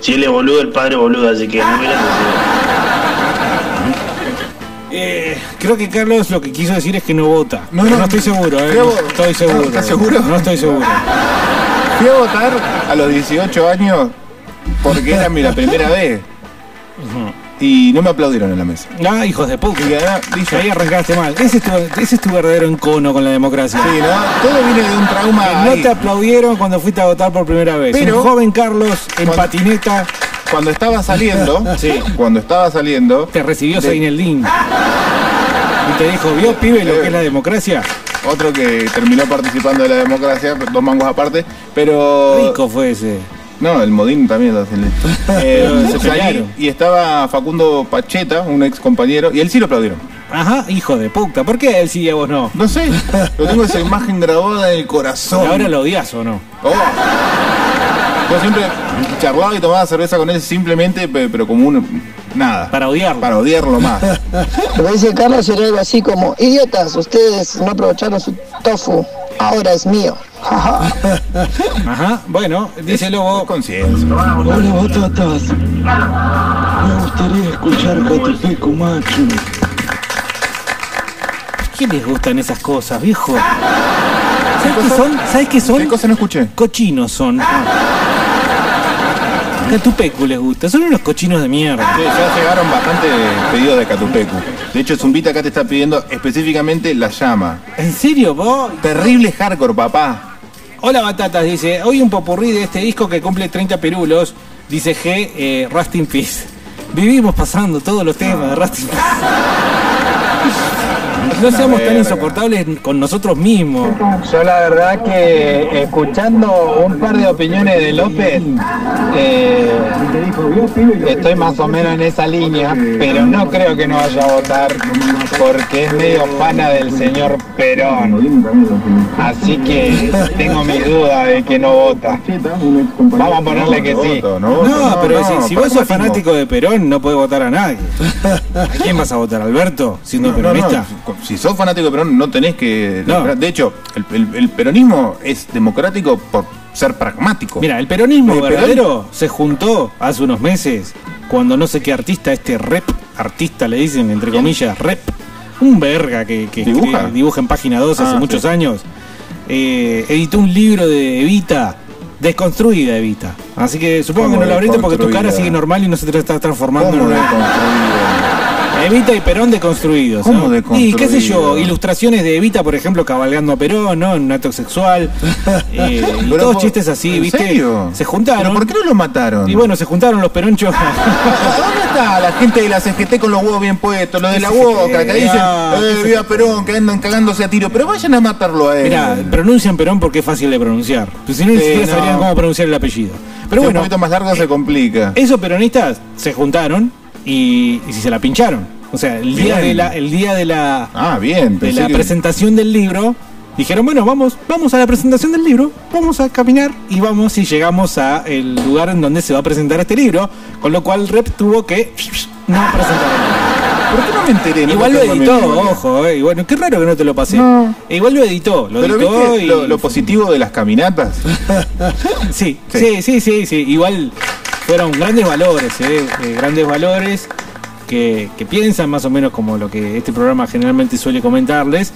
Si él es boludo, el padre es boludo, así que no hubiera nacido. Eh, creo que Carlos lo que quiso decir es que no vota. No, no, estoy seguro, eh, creo- no estoy seguro. ¿Estás seguro? No estoy [LAUGHS] seguro. Fui a votar a los 18 años porque era mi la primera vez. Y no me aplaudieron en la mesa. Ah, hijos de puta. dice- Ahí arrancaste mal. Ese es, tu, ese es tu verdadero encono con la democracia. Sí, ¿no? Todo viene de un trauma Que ahí. No te aplaudieron cuando fuiste a votar por primera vez. Pero- Un joven Carlos en patineta. Cuando estaba saliendo, [LAUGHS] Sí. cuando estaba saliendo, te recibió de- [LAUGHS] Seineldin. Y te dijo, ¿vio pibe lo que es la democracia? otro que terminó participando de la democracia, dos mangos aparte, pero... Rico fue ese. No, el Modín también [LAUGHS] lo hacen. Eh, Pero se salí pelearon. y estaba Facundo Pacheta, un ex compañero, y él sí lo aplaudieron. Ajá, hijo de puta. ¿Por qué a él sí y a vos no? No sé, lo tengo esa imagen grabada en el corazón. ¿Y ahora lo odias o no? Oh. Yo siempre charlaba y tomaba cerveza con él simplemente, pe- pero como un... Nada. Para odiarlo. Para [LAUGHS] odiarlo más. Lo que dice Carlos sería algo así como, idiotas, ustedes no aprovecharon su tofu, ahora es mío. Ajá, bueno, dice Lobo. Conciencia. Hola, batatas. Me gustaría escuchar Catupeco, macho. ¿Qué les gustan esas cosas, viejo? ¿Sabes qué son? ¿Sabes qué son? ¿Qué cosa no escuché? Ah. Cochinos son. Catupecu les gusta, son unos cochinos de mierda. Sí, ya llegaron bastante pedidos de Catupecu. De hecho, Zumbita acá te está pidiendo específicamente la llama. ¿En serio, vos? Terrible hardcore, papá. Hola Batatas, dice, hoy un popurrí de este disco que cumple 30 perulos, dice G, eh, Rust in Peace. Vivimos pasando todos los temas de Rust [LAUGHS] in Peace. No seamos tan insoportables con nosotros mismos. Yo la verdad que escuchando un par de opiniones de López, eh, estoy más o menos en esa línea, pero no creo que no vaya a votar porque es medio pana del señor Perón. Así que tengo mis dudas de que no vota. Vamos a ponerle que sí. No, pero si, si vos sos fanático de Perón, no podés votar a [LAUGHS] nadie. ¿A quién vas a votar, Alberto? Siendo No, no, peronista. no. Si sos fanático de Perón, no tenés que. No. De hecho, el, el- el peronismo es democrático por ser pragmático. Mira, el peronismo El Eh, Perón- verdadero se juntó hace unos meses cuando no sé qué artista, este rep, artista le dicen entre comillas, rep, un verga que, que ¿Dibuja? escribe- dibuja en página 2 Ah, hace sí. muchos años, eh, editó un libro de Evita, desconstruida Evita. Así que supongo que ¿Cómo no lo abriste porque tu cara deconstruida? sigue normal y no se te está transformando en ¿Cómo una. Evita y Perón deconstruidos. ¿Cómo ¿no? Y deconstruido? qué sé yo, ilustraciones de Evita, por ejemplo, cabalgando a Perón, ¿no? En un acto [LAUGHS] sexual. Eh, y Pero todos por- chistes así, ¿en ¿viste? serio? Se juntaron. ¿Pero por qué no lo mataron? Y bueno, se juntaron los peronchos. [LAUGHS] ¿Dónde está la gente de la CGT con los huevos bien puestos? Los de la boca, que dicen, ah, eh, viva Perón, que andan cagándose a tiro, pero vayan a matarlo a él. Mirá, pronuncian Perón porque es fácil de pronunciar. Eh, Pues si no, ni Sí, siquiera Eh, no. sabrían cómo pronunciar el apellido. Pero Si es bueno. eh, un poquito más largo se complica. Esos peronistas se juntaron y, y se la pincharon. O sea, el día Bien. de la, el día de la, Ah, bien, de pensé la que- presentación del libro, dijeron, bueno, vamos, vamos a la presentación del libro, vamos a caminar y vamos y llegamos a el lugar en donde se va a presentar este libro, con lo cual Rep tuvo que no presentar el libro. ¿Por qué no me enteré? No Igual lo tengo en editó, memoria. ojo, eh. y bueno, qué raro que no te lo pasé. No. E Igual lo editó, lo Pero editó viste y- lo, lo positivo de las caminatas. [LAUGHS] Sí, sí, sí, sí, sí. Igual fueron grandes valores, ¿eh? Eh, grandes valores que, que piensan más o menos como lo que este programa generalmente suele comentarles.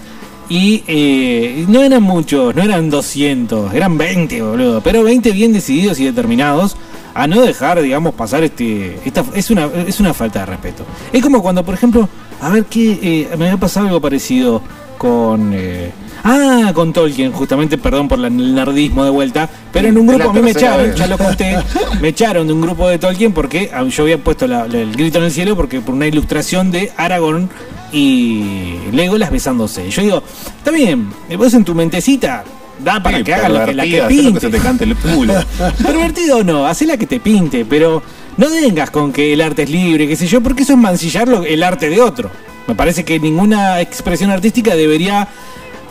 Y eh, no eran muchos, no eran 200, eran 20, boludo. Pero 20 bien decididos y determinados a no dejar, digamos, pasar este... Esta, es, una, es una falta de respeto. Es como cuando, por ejemplo, a ver qué... eh, me había pasado algo parecido con... eh, ah, con Tolkien, justamente, perdón por la- el nerdismo de vuelta. Pero en un Es grupo la a mí me tercera echaron, vez. ya lo conté. [LAUGHS] Me echaron de un grupo de Tolkien porque ah, yo había puesto la- la- el grito en el cielo porque por una ilustración de Aragorn y Legolas besándose. Y Yo digo, está bien, vos en tu mentecita da para Sí, que hagas lo que, la que pervertida, hacer lo que pinte. se te cante el culo. [LAUGHS] Pervertido o no, hacé la que te pinte, pero no vengas con que el arte es libre, qué sé yo, porque eso es mancillar lo- el arte de otro. Me parece que ninguna expresión artística debería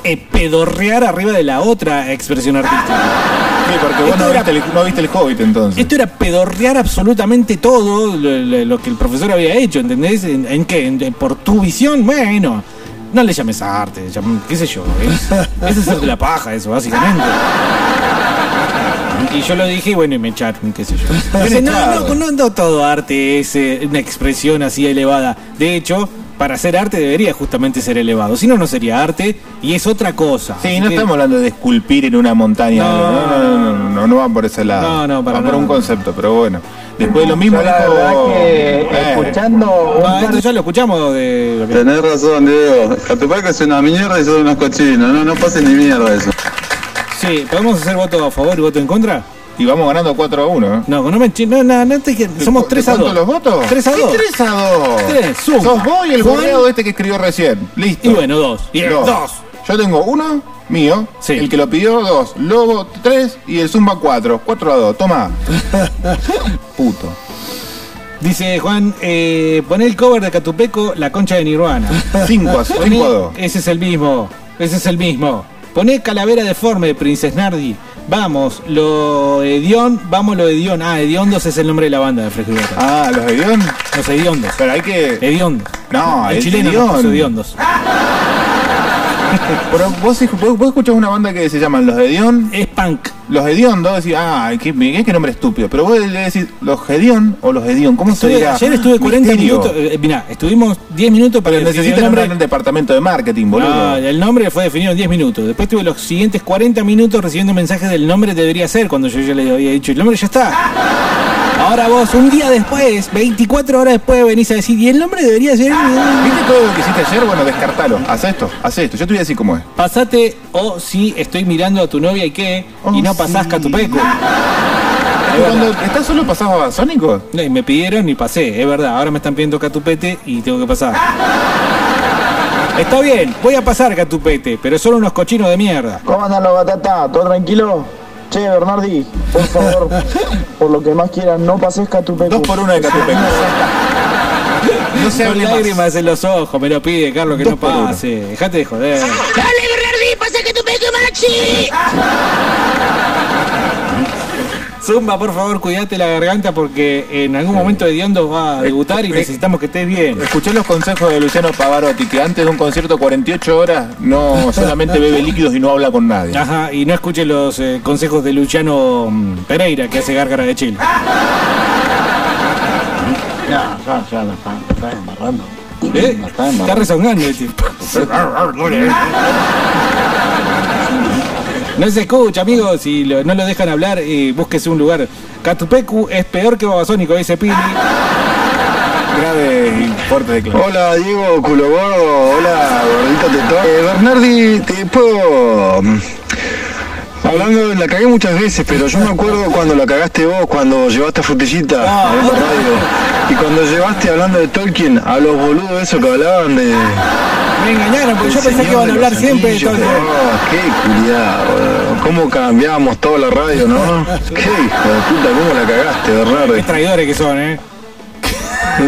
eh, pedorrear arriba de la otra expresión artística. Sí, porque vos Ah, Esto no era- viste, el, no viste el Hobbit entonces. Esto era pedorrear absolutamente todo lo, lo- lo que el profesor había hecho, ¿entendés? ¿En, en qué? ¿En- en- ¿Por tu visión? Bueno, no le llames arte, llam- qué sé yo. Es, [LAUGHS] es hacer de la paja eso, básicamente. Y yo lo dije y bueno, y me echaron, qué sé [LAUGHS] yo. Me dicen, no, no, no, no todo arte es eh, una expresión así elevada. De hecho, para ser arte debería justamente ser elevado. Si no, no sería arte y es otra cosa. Sí, Así no que- estamos hablando de esculpir en una montaña. No, No. no, no, no, no, no, no va por ese lado. No, no, para va por nada. un concepto, pero bueno. Después lo mismo Yo la dijo- verdad que Eh, escuchando un No, par esto ya lo escuchamos de... Tenés razón, Diego. Capaz que es una mierda y son unos cochinos. No, no pase ni mierda eso. Sí, ¿podemos hacer voto a favor y voto en contra? Y vamos ganando 4 a 1. ¿eh? No, no me enchi- No, no, no te que- Somos 3 a 2. ¿Cuántos los votos? 3 a 2. 3 a 2. Tres, suma. Sos vos y el Juan. gorreado este que escribió recién. Listo. Y bueno, 2. Y 2. Yo tengo uno mío, el que lo pidió, dos. Lobo, tres. Y el Zumba, cuatro. 4 a [LAUGHS] 2. Toma. Puto. Dice Juan, eh, poné el cover de Catupeco, la concha de [LAUGHS] Nirvana. 5 a 5 Poné- a 2. Ese es el mismo. Ese es el mismo. Poné calavera deforme, Princess Nardi. Vamos, lo Edión, vamos lo Edión. Ah, Ediondos es el nombre de la banda de Fresco Ah, los Edión. Los Ediondos. Pero hay que. Ediondos. Eh, No, el, el chileno Edión. los Ediondos. [LAUGHS] Pero vos, escu- vos- vos escuchás una banda que se llaman Los Edión. Es punk. Los Edión, vos decís, ah, qué, qué, qué nombre estúpido. Pero vos le decís, ¿Los Edión o los Edión? ¿Cómo se Estuve- dirá? ayer estuve 40 Misterio. minutos. eh, mirá, estuvimos 10 minutos para Pero decidir necesitas el nombrar nombre. en el departamento de marketing, boludo. No, el nombre fue definido en 10 minutos. Después tuve los siguientes 40 minutos recibiendo mensajes del nombre que debería ser cuando yo ya le había dicho. El nombre ya está. Ahora vos, un día después, 24 horas después, venís a decir, y el nombre debería ser. Ah, ¿Viste todo lo que hiciste ayer? Bueno, descartalo. Haz esto, haz esto. Yo te voy a decir cómo es. Pasate, o si estoy mirando a tu novia y qué, y no pasás [LAUGHS] Catupeco. Oh, Cuando estás solo pasás a Sónico. No, y me pidieron y pasé, es verdad. Ahora me están pidiendo Catupete y tengo que [LAUGHS] pasar. Está bien, voy a pasar Catupete, pero son unos cochinos de mierda. ¿Cómo andan los batatas? ¿Todo tranquilo? Che, Bernardi, por favor, por lo que más quieran, no pases Catupeco. Dos por una de Catupeco. No se hable lágrimas en los ojos, me lo pide, Carlos, que no pase. Dejate de joder. ¡Dale, Bernardi! ¡Pasa que tu peque machi! Zumba, por favor, cuídate la garganta porque en algún momento Ediondo va a debutar y necesitamos que estés bien. Eh, Escuché los consejos de Luciano Pavarotti, que antes de un concierto 48 horas [LAUGHS] no solamente bebe líquidos y no habla con nadie. Ajá, y no escuche los eh, consejos de Luciano mm, Pereira, que hace gárgara de chile. Ah, Ya, ya, ya la están, la están embarrando. ¿Eh? La están Está [LAUGHS] embarrando. rezongando el tipo. No se escucha, amigos, si lo- no lo dejan hablar, eh, búsquese un lugar. Catupecu es peor que Babasónico, dice Pili. Grave y fuerte declaración. Hola Diego, culo gordo. Hola, gordito tetón. Eh, Bernardi, te puedo... mm, Hablando, la cagué muchas veces, pero yo me acuerdo cuando la cagaste vos, cuando llevaste a Frutillita Ah. a esta radio. Y cuando llevaste hablando de Tolkien a los boludos esos que hablaban de... Me engañaron, porque yo pensé que iban a hablar siempre de Tolkien. Oh, qué culiado, boludo. cómo cambiamos toda la radio, ¿no? Qué hijo de puta, cómo la cagaste, Bernardi. Qué traidores que son, ¿eh?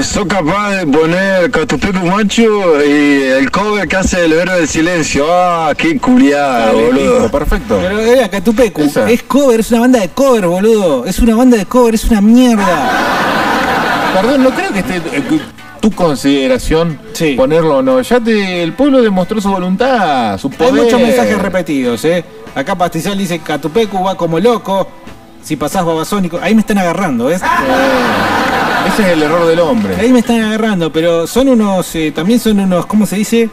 Soy capaz de poner Catupecu Macho y el cover que hace el héroe del silencio. Ah, qué culiado, boludo. perfecto. Pero eh, era Catupecu. Es cover, es una banda de cover, boludo. Es una banda de cover, es una mierda. Perdón, no creo que esté eh, que tu consideración ponerlo o no. Ya te, el pueblo demostró su voluntad, su Hay poder. muchos mensajes repetidos, ¿eh? Acá Pastizal dice, Catupecu va como loco. Si pasás Babasónico, ahí me están agarrando, ¿ves? Ese es el error del hombre. Ahí me están agarrando, pero son unos, eh, también son unos, ¿cómo se dice?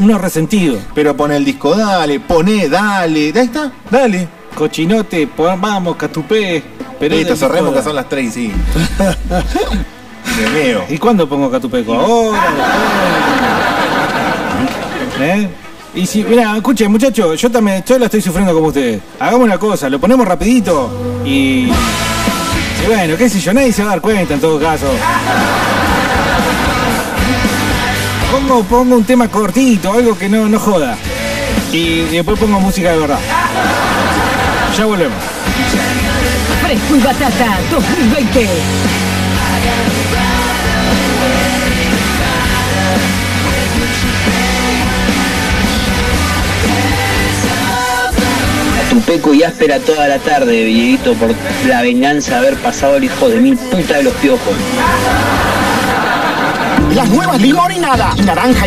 Unos resentidos. Pero pone el disco, dale, pone, dale, ahí está, dale. Cochinote, pon- vamos, catupé. Pero Listo, cerremos que son las 3 y 5. [LAUGHS] ¿Y cuándo pongo catupeco? Ahora. ahora. ¿Eh? Y si, mira, escuchen muchachos, yo también, yo la estoy sufriendo como ustedes. Hagamos una cosa, lo ponemos rapidito y... y bueno, qué sé yo, nadie se va a dar cuenta en todo caso. Pongo, pongo un tema cortito, algo que no, no joda. Y después pongo música de verdad. Ya volvemos. Fresco y Batata 2020. Tupeco y áspera toda la tarde, Villeguito, por la venganza de haber pasado el hijo de mil puta de los piojos. Las nuevas limonada, naranja y